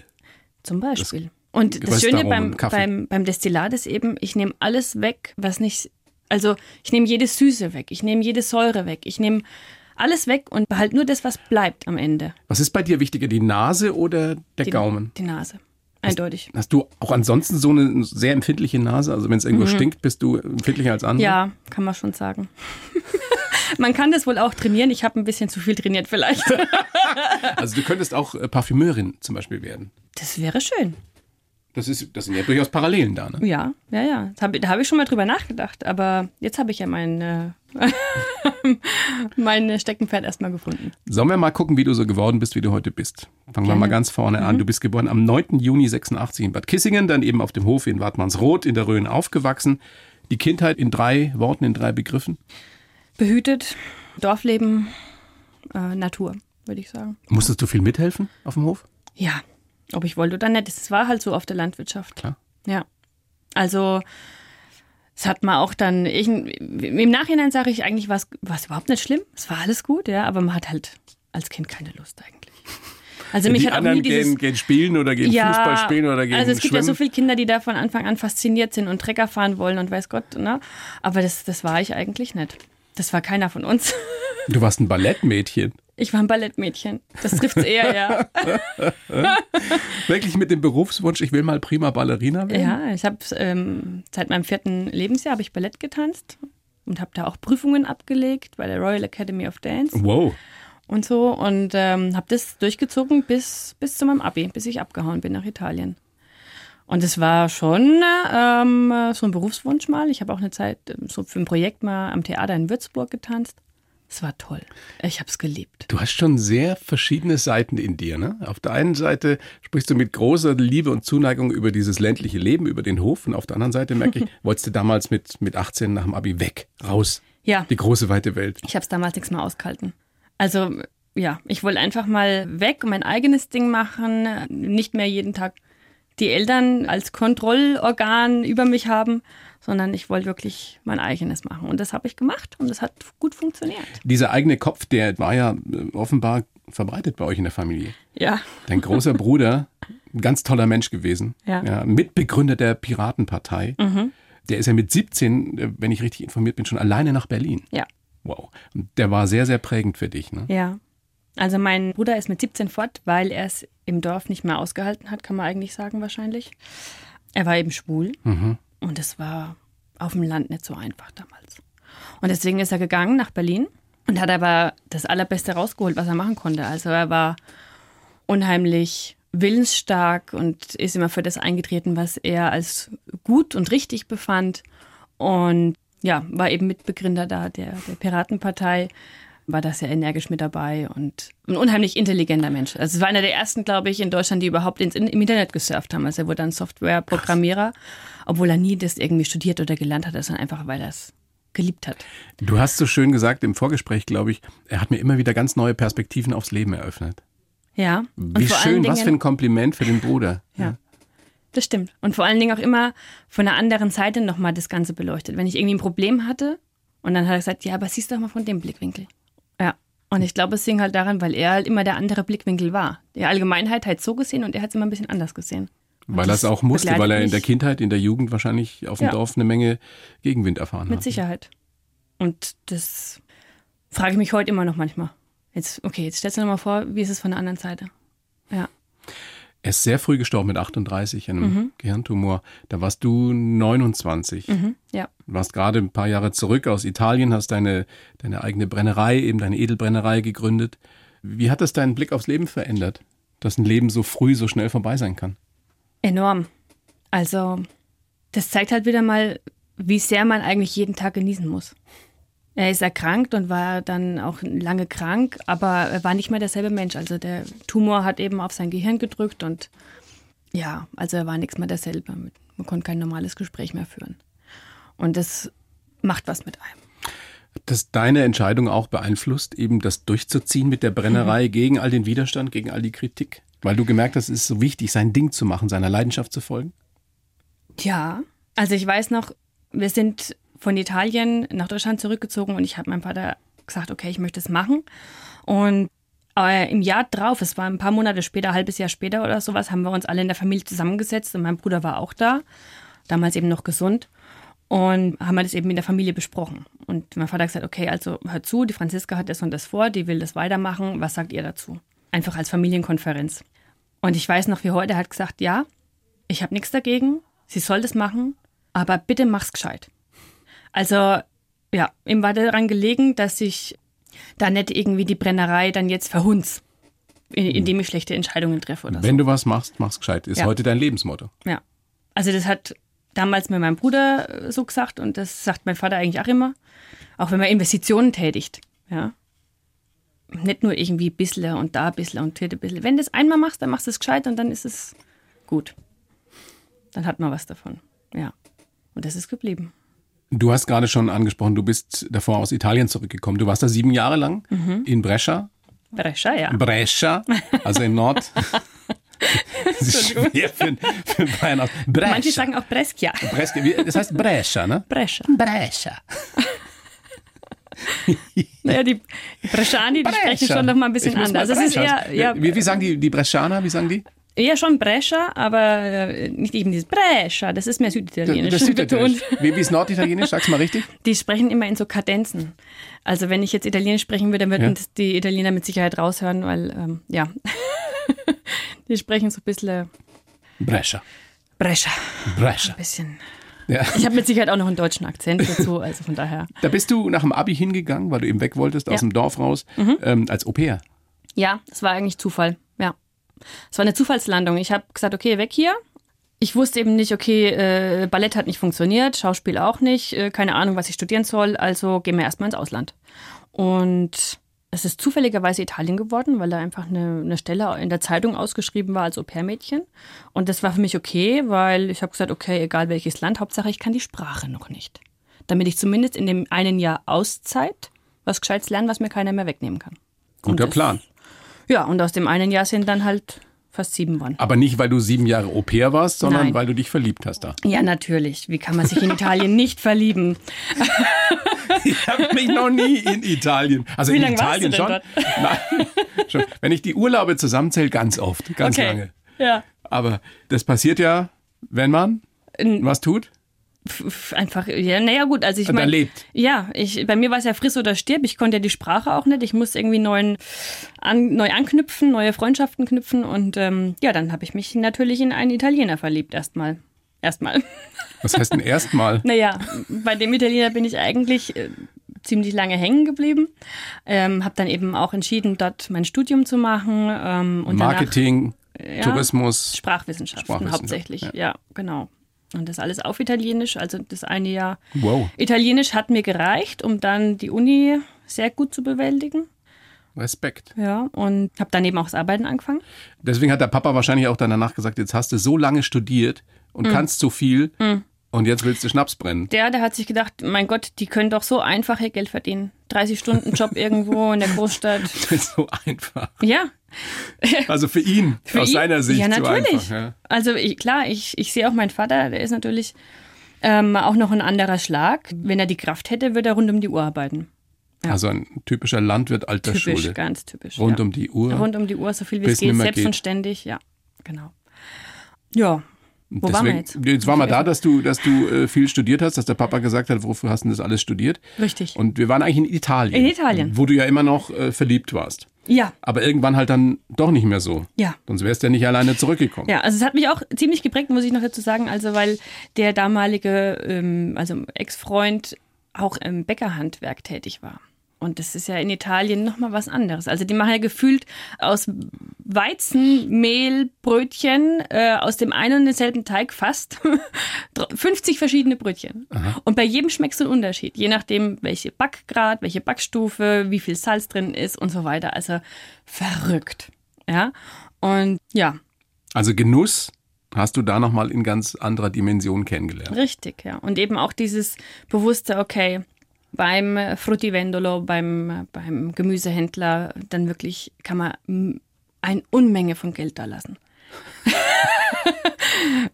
Zum Beispiel. Und das
Röstaromen,
Schöne beim,
Kaffee.
beim, beim Destillat ist eben, ich nehme alles weg, was nicht, also ich nehme jede Süße weg, ich nehme jede Säure weg, ich nehme alles weg und behalte nur das, was bleibt am Ende.
Was ist bei dir wichtiger, die Nase oder der
Die,
Gaumen?
Die Nase. Eindeutig.
Hast du auch ansonsten so eine sehr empfindliche Nase? Also wenn es irgendwo stinkt, bist du empfindlicher als andere?
Mhm. Ja, kann man schon sagen. (laughs) Man kann das wohl auch trainieren. Ich habe ein bisschen zu viel trainiert
(laughs)
vielleicht.
Also du könntest auch äh, Parfümeurin zum Beispiel werden.
Das wäre schön.
Das, ist, das sind ja durchaus Parallelen da, ne?
Ja, ja, ja. Das hab, ich- da habe ich schon mal drüber nachgedacht. Aber jetzt habe ich ja mein, äh, (laughs) mein Steckenpferd erstmal gefunden.
Sollen wir mal gucken, wie du so geworden bist, wie du heute bist? Fangen wir mal ganz vorne
Mhm.
an. Du bist geboren am 9. Juni 86 in Bad Kissingen, dann eben auf dem Hof in Wartmannsroth in der Rhön aufgewachsen. Die Kindheit in drei Worten, in drei Begriffen.
behütet, Dorfleben, äh, Natur, würde ich sagen.
Musstest du viel mithelfen auf dem Hof?
Ja, Ob ich wollte oder nicht. Das war halt so auf der Landwirtschaft.
Klar.
Ja. Also, es hat man auch dann, ich, im Nachhinein sage ich eigentlich, war es überhaupt nicht schlimm. Es war alles gut, ja, aber man hat halt als Kind keine Lust eigentlich. Also, mich
die
hat auch
anderen
nie dieses.
gehen, gehen spielen oder gehen Fußball spielen oder gehen
Also es gibt
schwimmen.
ja so viele Kinder, die da von Anfang an fasziniert sind und Trecker fahren wollen und weiß Gott, ne? Aber das, das war ich eigentlich nicht. Das war keiner von uns.
du warst ein Ballettmädchen.
Ich war ein Ballettmädchen. Das trifft's eher, ja.
Wirklich mit dem Berufswunsch, ich will mal prima Ballerina werden.
Ja, ich habe ähm, seit meinem vierten Lebensjahr habe ich Ballett getanzt und habe da auch Prüfungen abgelegt bei der Royal Academy of Dance
Wow.
und so und ähm, habe das durchgezogen bis bis zu meinem Abi, bis ich abgehauen bin nach Italien. Und es war schon ähm, so ein Berufswunsch mal. Ich habe auch eine Zeit ähm, so für ein Projekt mal am Theater in Würzburg getanzt. Es war toll. Ich habe es geliebt.
Du hast schon sehr verschiedene Seiten in dir. Ne? Auf der einen Seite sprichst du mit großer Liebe und Zuneigung über dieses ländliche Leben, über den Hof. Und auf der anderen Seite merke ich, wolltest du damals mit, mit 18 nach dem Abi weg, raus.
Ja.
Die große weite Welt.
Ich habe es damals nichts mehr ausgehalten. Also ja, ich wollte einfach mal weg, mein eigenes Ding machen, nicht mehr jeden Tag die Eltern als Kontrollorgan über mich haben, sondern ich wollte wirklich mein eigenes machen. Und das habe ich gemacht und das hat gut funktioniert.
Dieser eigene Kopf, der war ja äh, offenbar verbreitet bei euch in der Familie.
Ja,
Dein großer Bruder, ein ganz toller Mensch gewesen,
Ja.
Mitbegründer der Piratenpartei. Der ist ja mit 17, äh, wenn ich richtig informiert bin, schon alleine nach Berlin.
ja,
Wow. Und der war sehr, sehr prägend für dich. Ne?
ja. Also mein Bruder ist mit 17 fort, weil er es im Dorf nicht mehr ausgehalten hat, kann man eigentlich sagen wahrscheinlich. Er war eben schwul und es war auf dem Land nicht so einfach damals. Und deswegen ist er gegangen nach Berlin und hat aber das Allerbeste rausgeholt, was er machen konnte. Also er war unheimlich willensstark und ist immer für das eingetreten, was er als gut und richtig befand. Und ja, war eben Mitbegründer da der, der Piratenpartei, war da sehr energisch mit dabei und ein unheimlich intelligenter Mensch. Also es war einer der ersten, glaube ich, in Deutschland, die überhaupt ins, im Internet gesurft haben. Also er wurde dann Softwareprogrammierer, obwohl er nie das irgendwie studiert oder gelernt hat, sondern einfach, weil er es geliebt hat.
Du hast so schön gesagt im Vorgespräch, glaube ich, er hat mir immer wieder ganz neue Perspektiven aufs Leben eröffnet.
Ja. und
Wie
vor allen
schön, was
Dingen-
für ein Kompliment für den Bruder.
Ja. Das stimmt. Und vor allen Dingen auch immer von einer anderen Seite nochmal das Ganze beleuchtet. Wenn ich irgendwie ein Problem hatte und dann hat er gesagt, ja, aber siehst doch mal von dem Blickwinkel. Ja. Und ich glaube, es hing halt daran, weil er halt immer der andere Blickwinkel war. Die Allgemeinheit hat so gesehen und er hat es immer ein bisschen anders gesehen.
Weil er
das
es auch musste,
begleitet
weil er in der
mich.
Kindheit, in der Jugend wahrscheinlich auf dem
Ja.
Dorf eine Menge Gegenwind erfahren
Mit
hat.
Sicherheit. Und das frage ich mich heute immer noch manchmal. Jetzt, okay, jetzt stellst du dir noch mal vor, wie ist es von der anderen Seite? Ja.
Er ist sehr früh gestorben, mit 38, an einem
Mhm.
Gehirntumor. Da warst du 29.
Hm? Ja.
Du warst gerade ein paar Jahre zurück aus Italien, hast deine, deine eigene Brennerei, eben deine Edelbrennerei gegründet. Wie hat das deinen Blick aufs Leben verändert, dass ein Leben so früh, so schnell vorbei sein kann?
Enorm. Also, das zeigt halt wieder mal, wie sehr man eigentlich jeden Tag genießen muss. Er ist erkrankt und war dann auch lange krank, aber er war nicht mehr derselbe Mensch. Also der Tumor hat eben auf sein Gehirn gedrückt und ja, also er war nichts mehr derselbe. Man konnte kein normales Gespräch mehr führen. Und das macht was mit einem.
Hat das deine Entscheidung auch beeinflusst, eben das durchzuziehen mit der
Mhm.
Brennerei gegen all den Widerstand, gegen all die Kritik? Weil du gemerkt hast, es ist so wichtig, sein Ding zu machen, seiner Leidenschaft zu folgen?
Ja, also ich weiß noch, wir sind von Italien nach Deutschland zurückgezogen und ich habe meinem Vater gesagt, okay, ich möchte es machen. Und äh, im Jahr drauf, es war ein paar Monate später, ein halbes Jahr später oder sowas, haben wir uns alle in der Familie zusammengesetzt und mein Bruder war auch da, damals eben noch gesund. Und haben wir das eben in der Familie besprochen. Und mein Vater hat gesagt, okay, also hör zu, die Franziska hat das und das vor, die will das weitermachen, was sagt ihr dazu? Einfach als Familienkonferenz. Und ich weiß noch, wie heute er hat gesagt, ja, ich habe nichts dagegen, sie soll das machen, aber bitte mach's gescheit. Also, ja, ihm war daran gelegen, dass ich da nicht irgendwie die Brennerei dann jetzt verhunz, in, indem ich schlechte Entscheidungen treffe oder so.
Wenn du was machst, mach's gescheit. Ist
Also Ja.
heute dein Lebensmotto.
Ja. Also das hat damals mir mein Bruder äh, so gesagt und das sagt mein Vater eigentlich auch immer. Auch wenn man Investitionen tätigt. Ja. Nicht nur irgendwie ein bisschen und da ein bisschen und hier ein bisschen. Wenn du das einmal machst, dann machst du es gescheit und dann ist es gut. Dann hat man was davon. Ja. Und das ist geblieben.
Du hast gerade schon angesprochen, du bist davor aus Italien zurückgekommen. Du warst da sieben
Mhm.
Jahre lang in Brescia.
Brescia, ja. (laughs)
Brescia, also in Also Nord, Das ist schwer für, für Bayern aus. Brescia.
Manche sagen auch Brescia.
Brescia, wie- das heißt Brescia, ne?
Brescia.
Brescia.
Naja, die Bresciani, die sprechen schon noch mal ein bisschen
Ich muss mal
anders. Das ist
Brescia-
eher, ja,
wie, wie sagen die, die Brescianer, wie sagen die?
eher schon Brescia, aber äh, nicht eben dieses Brescia, das ist mehr süditalienisch betont. (laughs)
Wie, wie ist Norditalienisch? Sag's mal richtig.
Die sprechen immer in so Kadenzen. Also wenn ich jetzt Italienisch sprechen würde, dann würden
Ja.
das die Italiener mit Sicherheit raushören, weil, ähm, ja, (laughs) die sprechen so ein bisschen äh,
Brescia.
Brescia,
Brescia.
ein bisschen.
Ja.
Ich habe mit Sicherheit auch noch einen deutschen Akzent dazu, also von daher.
Da bist du nach dem Abi hingegangen, weil du eben weg wolltest, aus
Ja. Mhm.
dem Dorf raus, ähm, als Au-pair.
Ja, es war eigentlich Zufall. Ja. Es war eine Zufallslandung. Ich habe gesagt, okay, weg hier. Ich wusste eben nicht, okay, äh, Ballett hat nicht funktioniert, Schauspiel auch nicht, äh, keine Ahnung, was ich studieren soll, also gehen wir erstmal ins Ausland. Und es ist zufälligerweise Italien geworden, weil da einfach eine, eine Stelle in der Zeitung ausgeschrieben war als Au-pair-Mädchen. Und das war für mich okay, weil ich habe gesagt, okay, egal welches Land, Hauptsache ich kann die Sprache noch nicht. Damit ich zumindest in dem einen Jahr Auszeit was Gescheites lerne, was mir keiner mehr wegnehmen kann. Und
Guter
das-
Plan.
Ja, und aus dem einen Jahr sind dann halt fast sieben waren.
Aber nicht, weil du sieben Jahre Au-pair warst, sondern
Nein.
weil du dich verliebt hast da.
Ja, natürlich. Wie kann man sich in Italien nicht verlieben?
(laughs) Ich habe mich noch nie in Italien. Also
Wie
in
lange warst du
Italien
denn
schon.
dort?
(laughs) Nein, schon. Wenn ich die Urlaube zusammenzähle, ganz oft, ganz
okay.
lange.
Ja,
Aber das passiert ja, wenn man
In-
was tut.
pf, einfach, ja, naja, gut, also ich
Und dann
meine.
lebt.
Ja, ich, bei mir war es ja friss oder stirb. Ich konnte ja die Sprache auch nicht. Ich musste irgendwie neuen, an, neu anknüpfen, neue Freundschaften knüpfen. Und ähm, ja, dann habe ich mich natürlich in einen Italiener verliebt, erstmal. Erstmal.
Was heißt denn erstmal?
Naja, bei dem Italiener bin ich eigentlich äh, ziemlich lange hängen geblieben. Ähm, habe dann eben auch entschieden, dort mein Studium zu machen. Ähm, und
Marketing,
danach, ja,
Tourismus.
Sprachwissenschaften
Sprachwissenschaft,
hauptsächlich.
ja.
Ja. genau. Und das alles auf Italienisch. Also das eine Jahr
Wow,
Italienisch hat mir gereicht, um dann die Uni sehr gut zu bewältigen.
Respekt.
Ja, und habe dann eben auch das Arbeiten angefangen.
Deswegen hat der Papa wahrscheinlich auch dann danach gesagt, jetzt hast du so lange studiert
Hm.
und kannst so viel und jetzt willst du Schnaps brennen. (laughs)
Der, der hat sich gedacht, mein Gott, die können doch so einfach ihr Geld verdienen. 30 Stunden
(laughs)
Job irgendwo in der Großstadt.
Das ist so einfach.
Ja,
Also für ihn,
Für
aus
ihn?
seiner Sicht
Ja, natürlich.
so einfach. Ja.
Also ich, klar, ich, ich sehe auch meinen Vater, der ist natürlich ähm, auch noch ein anderer Schlag. Wenn er die Kraft hätte, würde er rund um die Uhr arbeiten. Ja.
Also ein typischer Landwirt alter
Typisch,
Schule.
ganz typisch.
Rund
ja.
um die Uhr.
Rund um die Uhr, so viel wie
Bis
es geht,
nimmer
selbstständig, ja, genau. Ja, wo waren wir jetzt?
Jetzt waren wir da, dass du, dass du äh, viel studiert hast, dass der Papa gesagt hat, wofür hast du denn das alles studiert?
Richtig.
Und wir waren eigentlich in Italien.
In Italien.
Wo du ja immer noch äh, verliebt warst.
ja,
Aber irgendwann halt dann doch nicht mehr so.
Ja.
Sonst wärst du ja nicht alleine zurückgekommen.
Ja, also es hat mich auch ziemlich geprägt, muss ich noch dazu sagen. Also weil der damalige, ähm, also Ex-Freund auch im Bäckerhandwerk tätig war. Und das ist ja in Italien nochmal was anderes. Also die machen ja gefühlt aus Weizenmehl Brötchen, äh, aus dem einen und denselben Teig fast, (laughs) dr- 50 verschiedene Brötchen. Und bei jedem schmeckst du einen Unterschied, je nachdem, welche Backgrad, welche Backstufe, wie viel Salz drin ist und so weiter. Also verrückt. Ja. Und ja,
Also Genuss hast du da nochmal in ganz anderer Dimension kennengelernt.
Richtig, ja. Und eben auch dieses bewusste, okay, beim äh, Fruttivendolo, beim, äh, beim Gemüsehändler, dann wirklich kann man mm, eine Unmenge von Geld da lassen. (laughs)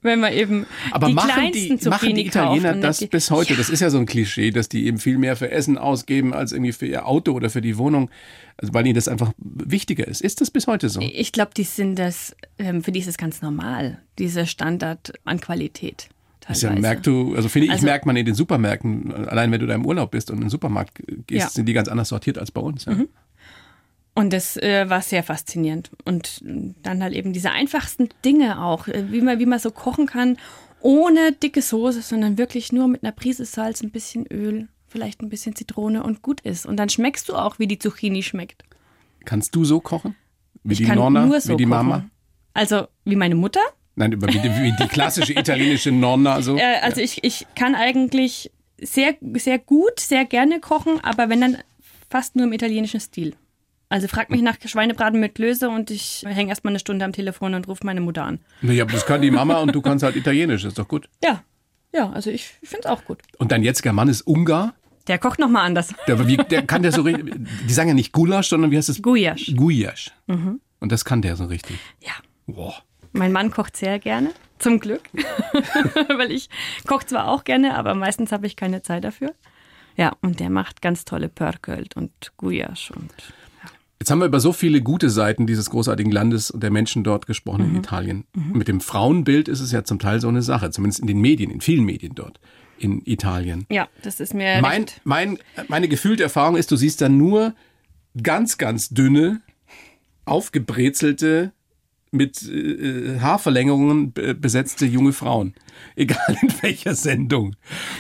Wenn man eben
Aber
die
machen, die,
kleinsten
machen
Zucchini
die
kauft
Italiener
und
das
nicht ne? die-
bis heute? Das ist ja so ein Klischee, dass die eben viel mehr für Essen ausgeben als irgendwie für ihr Auto oder für die Wohnung, also weil ihnen das einfach wichtiger ist. Ist das bis heute so?
Ich glaube, die sind das, ähm, für die ist es ganz normal, dieser Standard an Qualität.
Das
Teilweise.
ja, merkt du, also finde ich,
Also-
merkt man in den Supermärkten, allein wenn du da im Urlaub bist und in den Supermarkt gehst,
Ja. Mhm.
sind die ganz anders sortiert als bei uns. Ja.
Und das äh, war sehr faszinierend. Und dann halt eben diese einfachsten Dinge auch, äh, wie man, wie man so kochen kann, ohne dicke Soße, sondern wirklich nur mit einer Prise Salz, ein bisschen Öl, vielleicht ein bisschen Zitrone und gut ist. Und dann schmeckst du auch, wie die Zucchini schmeckt.
Kannst du so kochen? Wie die
Kann
Nonna,
nur so
wie die
kochen.
Mama?
Also wie meine Mutter.
Nein, über- wie die, wie die klassische
(laughs)
italienische Nonna. So.
Äh, also ich, ich kann eigentlich sehr, sehr gut, sehr gerne kochen, aber wenn dann fast nur im italienischen Stil. Also frag mich nach Schweinebraten mit Klöße und ich hänge erstmal eine Stunde am Telefon und rufe meine Mutter an.
Ja, aber das kann die Mama und du kannst halt Italienisch, ist doch gut.
Ja, ja, also ich finde es auch gut.
Und dein jetziger Mann ist Ungar.
Der kocht nochmal anders.
Der, wie, der kann der so richtig. Die sagen ja
Mhm.
nicht Gulasch, sondern wie heißt es?
Gujasch.
Gujasch. Und das kann der so richtig.
Ja.
Boah.
Mein Mann kocht sehr gerne, zum Glück, (laughs) weil ich koche zwar auch gerne, aber meistens habe ich keine Zeit dafür. Ja, und der macht ganz tolle Pörkölt und Gulasch und
Jetzt haben wir über so viele gute Seiten dieses großartigen Landes und der Menschen dort gesprochen in Italien. Mit dem Frauenbild ist es ja zum Teil so eine Sache, zumindest in den Medien, in vielen Medien dort in Italien.
ja, das ist mir
Mein,
recht.
mein, meine gefühlte Erfahrung ist, du siehst dann nur ganz, ganz dünne, aufgebrezelte, mit äh, Haarverlängerungen be- besetzte junge Frauen. (laughs) Egal in welcher Sendung.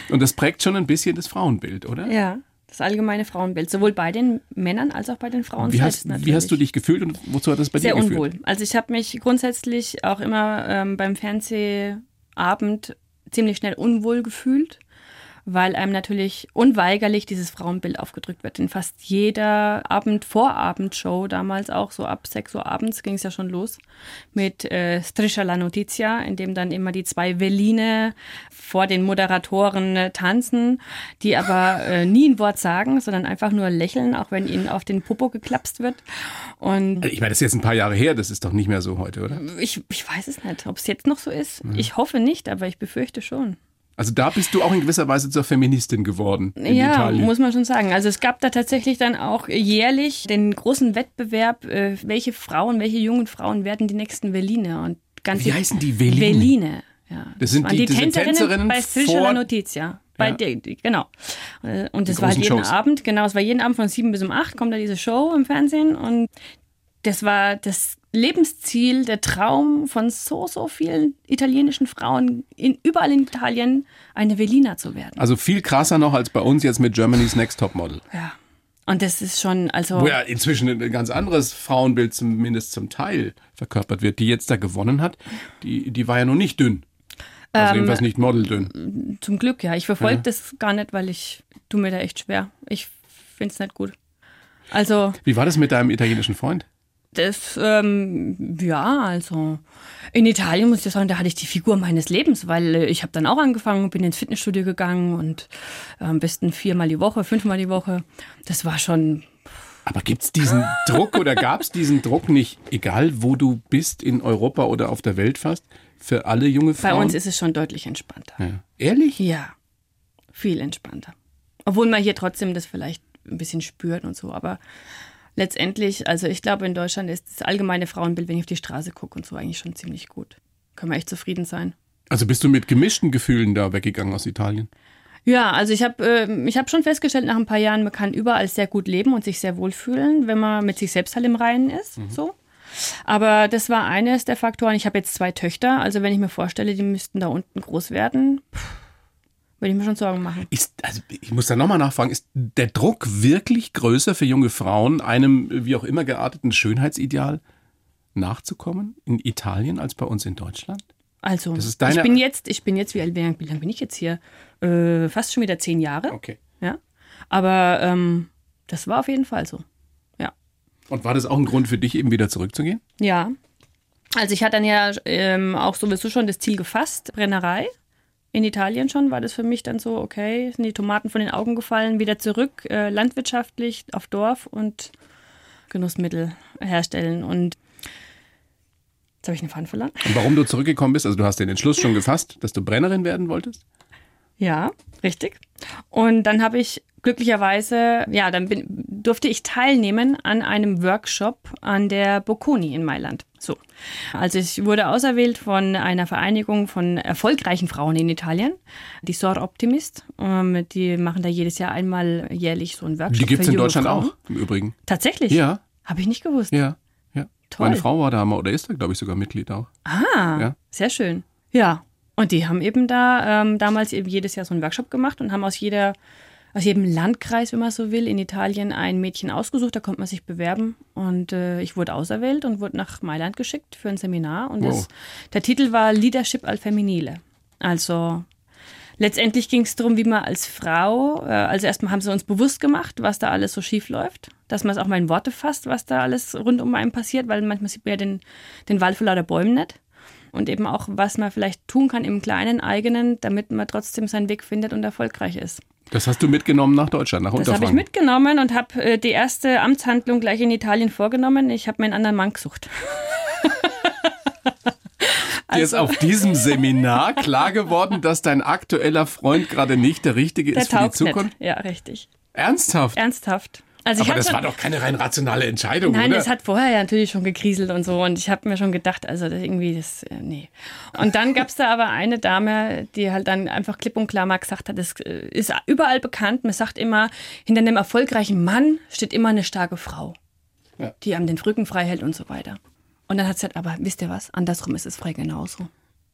Und das prägt schon ein bisschen das Frauenbild, oder?
ja das allgemeine Frauenbild, sowohl bei den Männern als auch bei den Frauen
Wie
selbst
hast,
natürlich.
wie hast du dich gefühlt und wozu hat das bei
sehr
dir geführt?
unwohl. Also ich habe mich grundsätzlich auch immer ähm, beim Fernsehabend ziemlich schnell unwohl gefühlt, weil einem natürlich unweigerlich dieses Frauenbild aufgedrückt wird. In fast jeder Abend, Vorabendshow damals auch, so ab 6 Uhr abends ging es ja schon los mit äh, Striscia la Notizia, in dem dann immer die zwei Veline vor den Moderatoren äh, tanzen, die aber äh, nie ein Wort sagen, sondern einfach nur lächeln, auch wenn ihnen auf den Popo geklapst wird. Und
Also Ich meine, das ist jetzt ein paar Jahre her, das ist doch nicht mehr so heute, oder?
ich, ich weiß es nicht, ob es jetzt noch so ist. Ich hoffe nicht, aber ich befürchte schon.
Also da bist du auch in gewisser Weise zur Feministin geworden in
ja,
Italien.
muss man schon sagen. Also es gab da tatsächlich dann auch jährlich den großen Wettbewerb, äh, welche Frauen, welche jungen Frauen werden die nächsten Veline und ganz
Wie heißen die Veline?
Veline. Ja,
Das sind
waren
die- diese Tänzerinnen
bei Striscia
vor-
la Notizia. Bei
Ja.
der, die- genau. Äh, Und das war
großen
halt jeden
Shows.
Abend, genau, es war jeden Abend von sieben bis um acht kommt da diese Show im Fernsehen und das war das Lebensziel, der Traum von so, so vielen italienischen Frauen in, überall in Italien, eine Velina zu werden.
Also viel krasser noch als bei uns jetzt mit Germany's Next Top Model.
Ja. Und das ist schon, also
Wo ja inzwischen ein ganz anderes Frauenbild zumindest zum Teil verkörpert wird. Die jetzt da gewonnen hat, die, die war ja noch nicht dünn. Also
Ähm,
jedenfalls nicht modeldünn.
zum Glück, ja. Ich verfolge das gar nicht, weil ich tu mir da echt schwer. Ich finde es nicht gut. Also,
Wie war das mit deinem italienischen Freund?
das, ähm, ja, also in Italien muss ich sagen, da hatte ich die Figur meines Lebens, weil äh, ich habe dann auch angefangen, bin ins Fitnessstudio gegangen und äh, am besten viermal die Woche, fünfmal die Woche. Das war schon
Aber gibt's (laughs) diesen Druck oder gab's diesen Druck nicht, egal wo du bist in Europa oder auf der Welt fast, für alle junge
Bei
Frauen?
uns ist es schon deutlich entspannter.
ja. Ehrlich?
Ja, viel entspannter. Obwohl man hier trotzdem das vielleicht ein bisschen spürt und so, aber letztendlich, also ich glaube, in Deutschland ist das allgemeine Frauenbild, wenn ich auf die Straße gucke und so, eigentlich schon ziemlich gut. Können wir echt zufrieden sein.
Also bist du mit gemischten Gefühlen da weggegangen aus Italien?
Ja, also ich habe äh, ich hab schon festgestellt, nach ein paar Jahren, man kann überall sehr gut leben und sich sehr wohlfühlen, wenn man mit sich selbst halt im Reinen ist. So. Aber das war eines der Faktoren. Ich habe jetzt zwei Töchter, also wenn ich mir vorstelle, die müssten da unten groß werden, pff, würde ich mir schon Sorgen machen.
Ist, also ich muss da nochmal nachfragen, ist der Druck wirklich größer für junge Frauen, einem äh, wie auch immer gearteten Schönheitsideal nachzukommen in Italien als bei uns in Deutschland?
Also,
Das ist deine-
ich bin jetzt, ich bin jetzt, wie alt, wie lang wie lang bin ich jetzt hier? Äh, fast schon wieder zehn Jahre.
Okay.
Ja. Aber ähm, das war auf jeden Fall so. Ja.
Und war das auch ein Grund für dich, eben wieder zurückzugehen?
Ja. Also ich hatte dann ja ähm, auch sowieso schon das Ziel gefasst, Brennerei. In Italien schon war das für mich dann so, okay, sind die Tomaten von den Augen gefallen, wieder zurück, äh, landwirtschaftlich auf Dorf und Genussmittel herstellen. Und jetzt habe ich einen Faden verloren.
Und warum du zurückgekommen bist? Also du hast den Entschluss schon gefasst, dass du Brennerin werden wolltest?
Ja, richtig. Und dann habe ich glücklicherweise, ja, dann bin, durfte ich teilnehmen an einem Workshop an der Bocconi in Mailand. So. Also ich wurde auserwählt von einer Vereinigung von erfolgreichen Frauen in Italien, die Sor Optimist. Ähm, die machen da jedes Jahr einmal jährlich so einen Workshop.
Die gibt's
für
in
junge
Deutschland
Frauen.
auch, im Übrigen.
Tatsächlich?
Ja.
Habe ich nicht gewusst.
Ja, ja.
Toll.
Meine Frau war da mal oder ist da, glaube ich, sogar Mitglied auch.
Ah,
Ja.
sehr schön. Ja, und die haben eben da ähm, damals eben jedes Jahr so einen Workshop gemacht und haben aus jeder, aus jedem Landkreis, wenn man so will, in Italien ein Mädchen ausgesucht. Da konnte man sich bewerben und äh, ich wurde auserwählt und wurde nach Mailand geschickt für ein Seminar. Und
Wow.
das, der Titel war Leadership al Femminile. Also letztendlich ging es darum, wie man als Frau, äh, also erstmal haben sie uns bewusst gemacht, was da alles so schief läuft, dass man es auch mal in Worte fasst, was da alles rund um einen passiert, weil manchmal sieht man ja den, den Wald vor lauter Bäumen nicht. Und eben auch, was man vielleicht tun kann im kleinen eigenen, damit man trotzdem seinen Weg findet und erfolgreich ist.
Das hast du mitgenommen nach Deutschland, nach
Das habe ich
Unterfranken.
mitgenommen und habe äh, die erste Amtshandlung gleich in Italien vorgenommen. Ich habe mir einen anderen Mann gesucht.
dir
Also-
ist auf
(laughs)
diesem Seminar klar geworden, dass dein aktueller Freund gerade nicht der richtige
der
ist für die
taugt
Zukunft?
nicht. Ja, richtig.
Ernsthaft?
Ernsthaft. Also ich
Aber
hab
das
schon-
war doch keine rein rationale Entscheidung,
Nein,
oder?
es hat vorher ja natürlich schon gekriselt und so. Und ich habe mir schon gedacht, also das irgendwie, das, äh, nee. Und dann gab es da aber eine Dame, die halt dann einfach klipp und klar mal gesagt hat, das äh, ist überall bekannt. Man sagt immer, hinter einem erfolgreichen Mann steht immer eine starke Frau,
Ja.
die einem den Rücken frei hält und so weiter. Und dann hat sie gesagt, aber wisst ihr was, andersrum ist es frei genauso.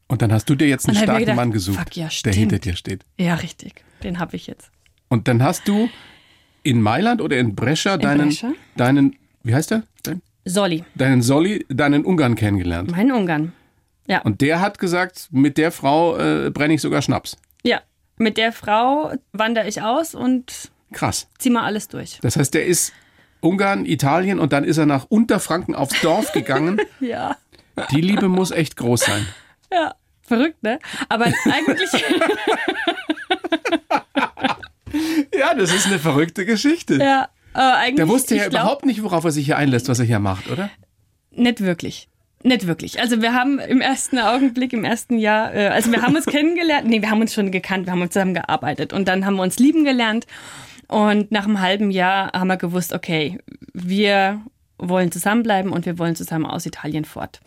und dann hast du dir jetzt einen
Und dann hab
starken
ich gedacht,
Mann gesucht,
fuck, ja,
der
stimmt.
hinter dir steht.
Ja, richtig, den habe ich jetzt.
Und dann hast du in Mailand oder in Brescia deinen,
Brescia.
deinen, wie heißt der? Dein,
Solli,
deinen Solli, deinen Ungarn kennengelernt.
mein Ungarn. Ja.
Und der hat gesagt, mit der Frau äh, brenne ich sogar Schnaps.
ja, mit der Frau wandere ich aus und
Krass.
zieh mal alles durch.
Das heißt, der ist Ungarn, Italien und dann ist er nach Unterfranken aufs
(laughs)
Dorf gegangen.
Ja.
Die Liebe muss echt groß sein.
Ja, verrückt, ne? Aber
(laughs)
eigentlich,
Ja, das ist eine verrückte
(laughs)
Geschichte.
ja, äh, eigentlich.
Der wusste ja
ich glaub,
überhaupt nicht, worauf er sich hier einlässt, was er hier macht, oder?
Nicht wirklich. Nicht wirklich. Also wir haben im ersten Augenblick, im ersten Jahr, äh, also wir haben uns (laughs) kennengelernt, nee, wir haben uns schon gekannt, wir haben zusammen gearbeitet und dann haben wir uns lieben gelernt und nach einem halben Jahr haben wir gewusst, okay, wir wollen zusammenbleiben und wir wollen zusammen aus Italien fort.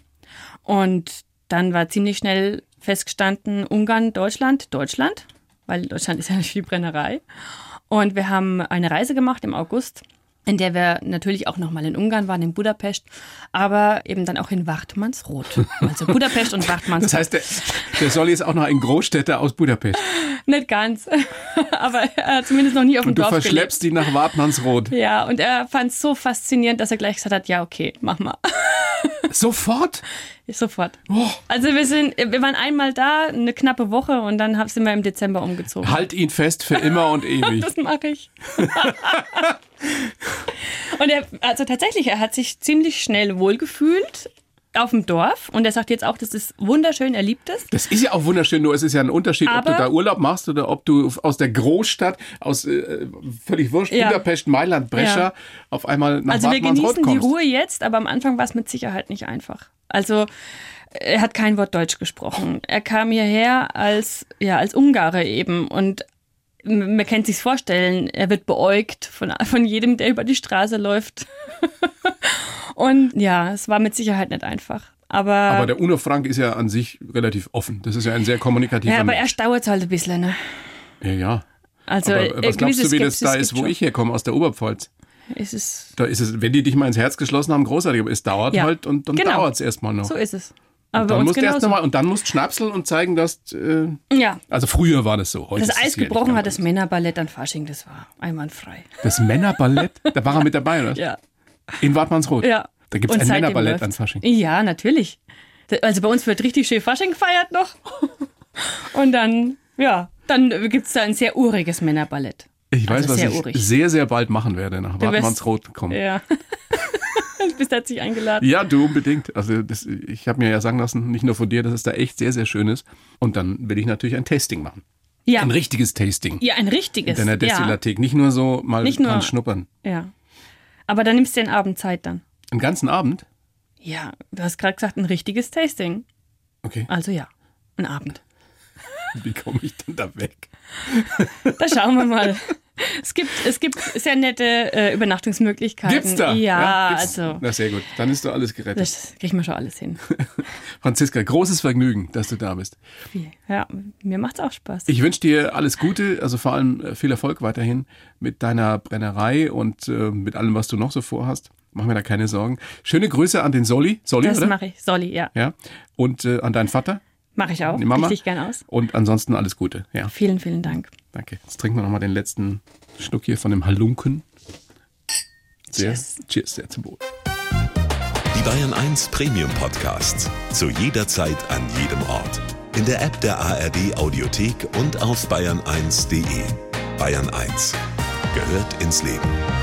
Und dann war ziemlich schnell festgestanden, Ungarn, Deutschland, Deutschland, weil Deutschland ist ja eine Schiebrennerei. Und wir haben eine Reise gemacht im August, in der wir natürlich auch nochmal in Ungarn waren, in Budapest, aber eben dann auch in Wachtmannsrot. Also Budapest und Wachtmannsrot.
Das heißt, der, der Solli ist auch noch ein Großstädter aus Budapest.
Nicht ganz, (laughs) aber er hat zumindest noch nie auf dem
Und du
Dorf gelebt.
verschleppst ihn nach Wartmannsroth.
Ja, und er fand es so faszinierend, dass er gleich gesagt hat, ja, okay, mach mal. (laughs)
Sofort?
Sofort.
Oh.
Also wir sind, wir waren einmal da, eine knappe Woche und dann hab- sind wir im Dezember umgezogen.
Halt ihn fest für immer und ewig.
Das mache ich. (laughs) und er, also tatsächlich, er hat sich ziemlich schnell wohlgefühlt auf dem Dorf und er sagt jetzt auch, das ist wunderschön, er liebt es.
Das ist ja auch wunderschön, nur es ist ja ein Unterschied, ob
Aber-
du da Urlaub machst oder ob du aus der Großstadt, aus äh, völlig wurscht,
Ja.
Budapest, Mailand, Brescia,
Ja.
auf einmal nach
Also wir
Wartmannsroth
genießen die
kommst.
Ruhe jetzt, aber am Anfang war es mit Sicherheit nicht einfach. Also er hat kein Wort Deutsch gesprochen. Er kam hierher als, ja, als Ungare eben und m- man kann sich's vorstellen, er wird beäugt von, (laughs) von jedem, der über die Straße läuft. (laughs) und ja, es war mit Sicherheit nicht einfach. Aber,
Aber der Uno Frank ist ja an sich relativ offen. Das ist ja ein sehr kommunikativer
ja, aber er
Mensch.
stauert halt ein bisschen. Ne?
Ja, ja.
Also
aber
äh,
was glaubst du,
gewisse
wie das da
Skepsis
ist, wo
gibt's
ich herkomme, aus der Oberpfalz?
schon. Es ist,
Da ist es, wenn die dich mal ins Herz geschlossen haben, großartig, aber es dauert
Ja.
halt und dann
Genau.
dauert es erstmal noch.
so ist es. Aber bei
dann
uns
musst du erst noch
genauso.
mal, und dann musst du schnapseln und zeigen, dass. Äh,
Ja,
also früher war das so. Heute
das
ist es
Eis
sicherlich
gebrochen hat
anders.
das Männerballett an Fasching, das war einwandfrei.
Das Männerballett, da war er mit dabei, oder?
(laughs) Ja,
In Wartmannsroth.
ja.
Da gibt es
Und
ein
seitdem
Männerballett
läuft's.
an Fasching.
Ja, natürlich. Da- Also bei uns wird richtig schön Fasching gefeiert noch. (laughs) Und dann, ja, dann gibt es da ein sehr uriges Männerballett.
Ich weiß,
Also
was
sehr
ich
urig.
sehr, sehr bald machen werde, nach
wirst-
Wartmannsroth kommen.
Ja. (laughs) Du bist herzlich eingeladen.
Ja, du unbedingt. Also das, ich habe mir ja sagen lassen, nicht nur von dir, dass es da echt sehr, sehr schön ist. Und dann will ich natürlich ein Tasting machen.
Ja,
Ein richtiges Tasting
ja ein richtiges.
deiner
ja.
Destillathek. Nicht nur so mal
Nicht nur-
dran schnuppern.
ja. Aber dann nimmst du den Abend Zeit dann.
Den ganzen Abend?
Ja, du hast gerade gesagt, ein richtiges Tasting.
Okay,
Also ja, ein Abend.
(laughs) wie komme ich denn da weg?
Da schauen wir mal. Es gibt, es gibt sehr nette äh, Übernachtungsmöglichkeiten.
Gibt's da?
Ja,
gibt's?
also.
Na sehr gut, dann ist doch alles gerettet.
Das kriegen wir schon alles hin.
Franziska, großes Vergnügen, dass du da bist.
Ja, mir macht's auch Spaß.
Ich wünsche dir alles Gute, also vor allem äh, viel Erfolg weiterhin mit deiner Brennerei und äh, mit allem, was du noch so vorhast. Mach mir da keine Sorgen. Schöne Grüße an den Solli. Solli,
das
oder?
mache ich. Solli, ja.
Ja. Und äh, an deinen Vater,
Mache ich auch.
die Mama.
Richtig gern aus.
Und ansonsten alles Gute. Ja,
Vielen, vielen Dank.
danke. Jetzt trinken wir nochmal den letzten Schluck hier von dem Halunken. Sehr,
Cheers.
Cheers, sehr zum Wohl.
Die Bayern 1 Premium Podcasts. Zu jeder Zeit, an jedem Ort. In der App der ARD Audiothek und auf bayern1.de. Bayern 1 gehört ins Leben.